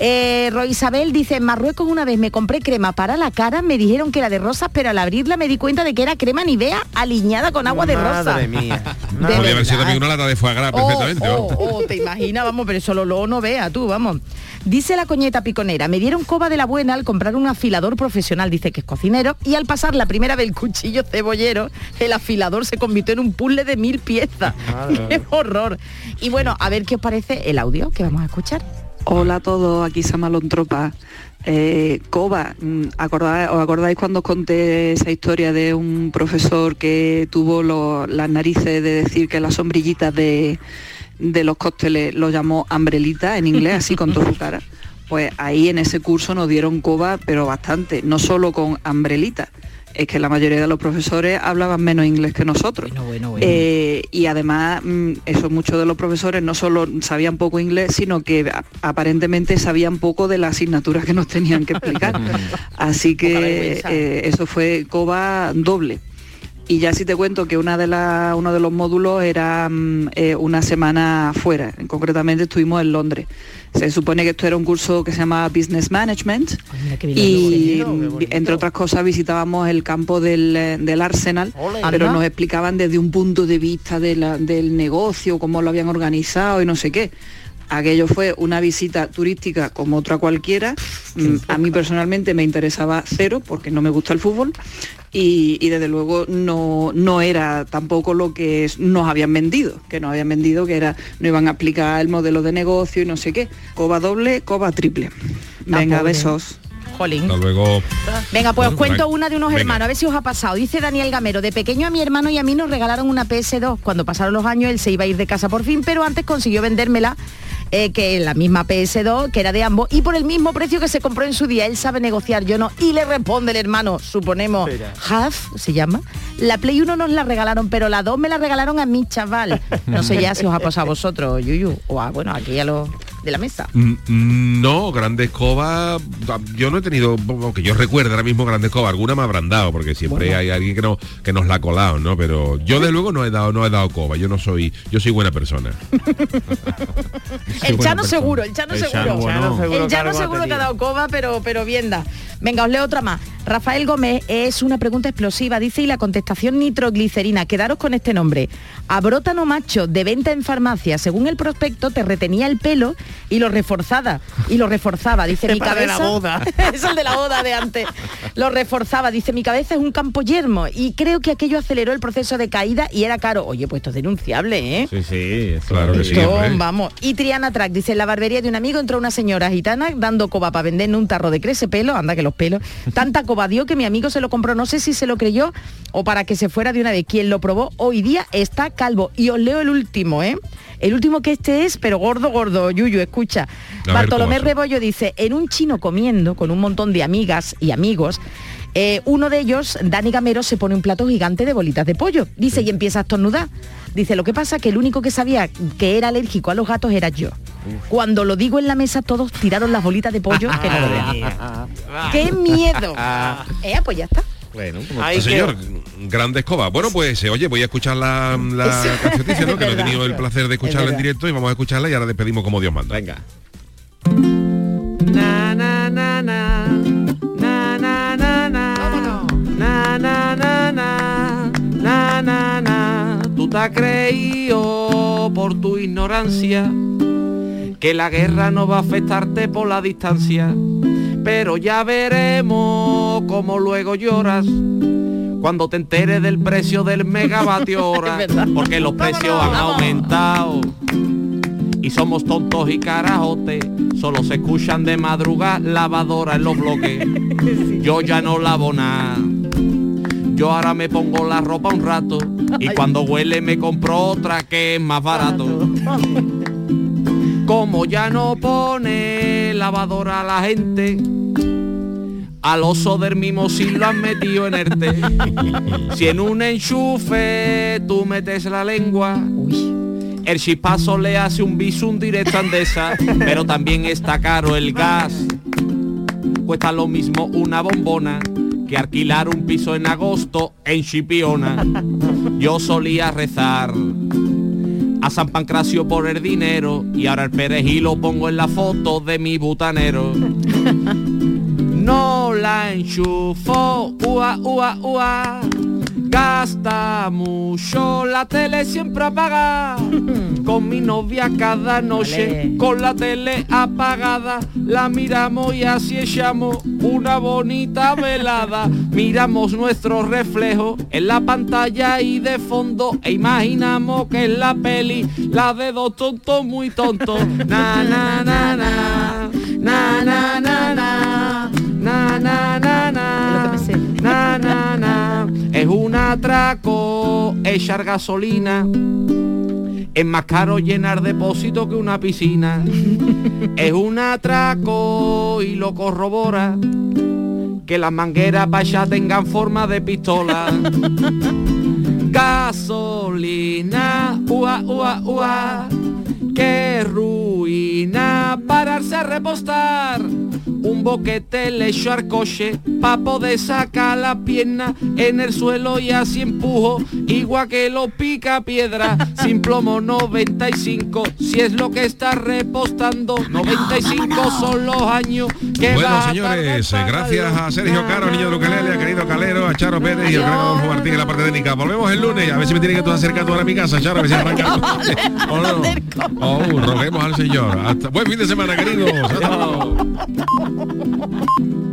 Eh, Roy Isabel dice, en Marruecos una vez me compré crema para la cara, me dijeron que era de rosas, pero al abrirla me di cuenta de que era crema Nivea aliñada con agua de rosa. Madre mía. De Podría haber verdad. sido también una lata de foie gras Oh, perfectamente. oh, vamos. oh, te imaginas, vamos, pero eso lo, lo no vea tú, vamos. Dice la coñeta piconera, me dieron coba de la buena al comprar un afilador profesional, dice que es cocinero, y al pasar la primera del cuchillo cebollero, el afilador se convirtió en un puzzle de mil piezas. <laughs> Madre ¡Qué mía. horror! Y bueno, a ver qué os parece el audio que vamos a escuchar. Hola a todos, aquí Samalón Tropa. Eh, Coba, mm, acorda- ¿os acordáis cuando os conté esa historia de un profesor que tuvo lo- las narices de decir que las sombrillitas de, de los cócteles lo llamó ambrelita en inglés, así con toda su cara? Pues ahí en ese curso nos dieron coba, pero bastante, no solo con ambrelita. Es que la mayoría de los profesores hablaban menos inglés que nosotros. Eh, y además, mm, eso, muchos de los profesores no solo sabían poco inglés, sino que a- aparentemente sabían poco de las asignaturas que nos tenían que <laughs> explicar. <laughs> Así que eh, eso fue coba doble. Y ya si te cuento que una de la- uno de los módulos era mm, eh, una semana fuera, concretamente estuvimos en Londres. Se supone que esto era un curso que se llama Business Management y vi- entre otras cosas visitábamos el campo del, eh, del Arsenal, pero Anda. nos explicaban desde un punto de vista de la- del negocio, cómo lo habían organizado y no sé qué. Aquello fue una visita turística como otra cualquiera. Mm, A mí personalmente me interesaba cero porque no me gusta el fútbol y, y desde luego no, no era tampoco lo que es- nos habían vendido, que nos habían vendido que era no iban a aplicar el modelo de negocio y no sé qué. Coba doble, coba triple. Venga, Ah, pobre. besos. Jolín. Hasta luego. Venga, pues os Bueno, cuento venga. una de unos Venga. hermanos, a ver si os ha pasado. Dice Daniel Gamero, de pequeño a mi hermano y a mí nos regalaron una PS2. Cuando pasaron los años, él se iba a ir de casa por fin, pero antes consiguió vendérmela, eh, que la misma PS2, que era de ambos, y por el mismo precio que se compró en su día. Él sabe negociar, yo no. Y le responde el hermano, suponemos, Espera. Half, se llama. La Play 1 nos la regalaron, pero la 2 me la regalaron a mi chaval. No sé ya si os ha pasado a vosotros, Yuyu, o a, bueno, aquí a los de la mesa. Mm, No, grande escoba, ah, yo no he tenido, aunque yo recuerdo ahora mismo grande escoba, alguna me habrán dado, porque siempre Bueno. hay alguien que, no, que nos la ha colado, ¿no? Pero yo de luego no he dado, no he dado coba, yo no soy, yo soy <laughs> buena persona. El buena Chano persona. seguro, el Chano El seguro. Chano, bueno. El Chano Cargo ha seguro que ha tenido. dado coba, pero, pero bien da. Venga, os leo otra más. Rafael Gómez es una pregunta explosiva, dice, y la contestación nitroglicerina, quedaros con este nombre. Abrótano macho, de venta en farmacia, según el prospecto, te retenía el pelo y lo reforzada, y lo reforzaba, dice mi Sepa de la cabeza. boda. <laughs> es el de la boda de antes. Lo reforzaba, dice, mi cabeza es un campo yermo y creo que aquello aceleró el proceso de caída y era caro. Oye, pues esto es denunciable, ¿eh? Sí, sí, eso claro que sí. es. Tom, vamos. Y Triana Track dice, en la barbería de un amigo entró una señora gitana dando coba para vender en un tarro de crece pelo, anda que los <laughs> pelos, tanta coba dio que mi amigo se lo compró, no sé si se lo creyó o para que se fuera de una vez. Quien lo probó hoy día está calvo. Y os leo el último, ¿eh? El último que este es, pero gordo, gordo, Yuyu, escucha. ver, Bartolomé ¿cómo es? Rebollo dice, en un chino comiendo con un montón de amigas y amigos, eh, uno de ellos, Dani Gamero, se pone un plato gigante de bolitas de pollo. Dice, y empieza a estornudar. Dice, lo que pasa que el único que sabía que era alérgico a los gatos era yo. Cuando lo digo en la mesa, todos tiraron las bolitas <laughs> de pollo que no lo vean. ¡Qué miedo! Eh, pues ya está. Bueno, Ay, qué- señor, grande escoba. Bueno, pues eh, oye, voy a escuchar la, <laughs> la cancioticia, ¿no? Que no he tenido el placer de escucharla en verdad. directo y vamos a escucharla y ahora despedimos como Dios manda. Venga. Na na na na na na na na na na na na Na, na, na, tú te has creído por tu ignorancia que la guerra no va a afectarte por la distancia, pero ya veremos cómo luego lloras cuando te enteres del precio del megavatio hora, porque los precios han aumentado y somos tontos y carajotes, solo se escuchan de madrugada lavadora en los bloques. Yo ya no lavo nada. Yo ahora me pongo la ropa un rato y Ay. cuando huele me compro otra que es más barato. Como ya no pone lavadora a la gente, Al oso del mimosín lo has metido en el té. Si en un enchufe tú metes la lengua, el chispazo le hace un bisum directo a Andesa, pero también está caro el gas. Cuesta lo mismo una bombona que alquilar un piso en agosto en Chipiona. Yo solía rezar a San Pancracio por el dinero y ahora el perejil lo pongo en la foto de mi butanero. No la enchufo, ua, ua, ua. Gasta mucho, la tele siempre apaga. Con mi novia cada noche, con la tele apagada, la miramos y así echamos una bonita velada. Miramos nuestro reflejo en la pantalla y de fondo e imaginamos que es la peli, la de dos tontos muy tontos. Na na na na, na na na na, na na na na. Na, na, na. Es un atraco, echar gasolina. Es más caro llenar depósito que una piscina. Es un atraco y lo corrobora. Que las mangueras para allá tengan forma de pistola. Gasolina, ua, ua, ua. Qué ruina pararse a repostar un boquete le echo al coche pa' poder sacar la pierna en el suelo y así empujo, igual que lo pica <laughs> piedra, sin plomo 95, si es lo que está repostando, 95 son los años que Bueno, va a señores, tardar para gracias a Sergio Caro, niño de Ukelele, a querido Calero, a Charo Pérez y al gran Adolfo Martín en la parte técnica. Volvemos el lunes, a ver si me tiene que tú acercar tú ahora a mi casa, Charo, a ver <laughs> si arranca. o no. Oh, roguemos al Señor. Hasta- Buen fin de semana, queridos. Hasta luego.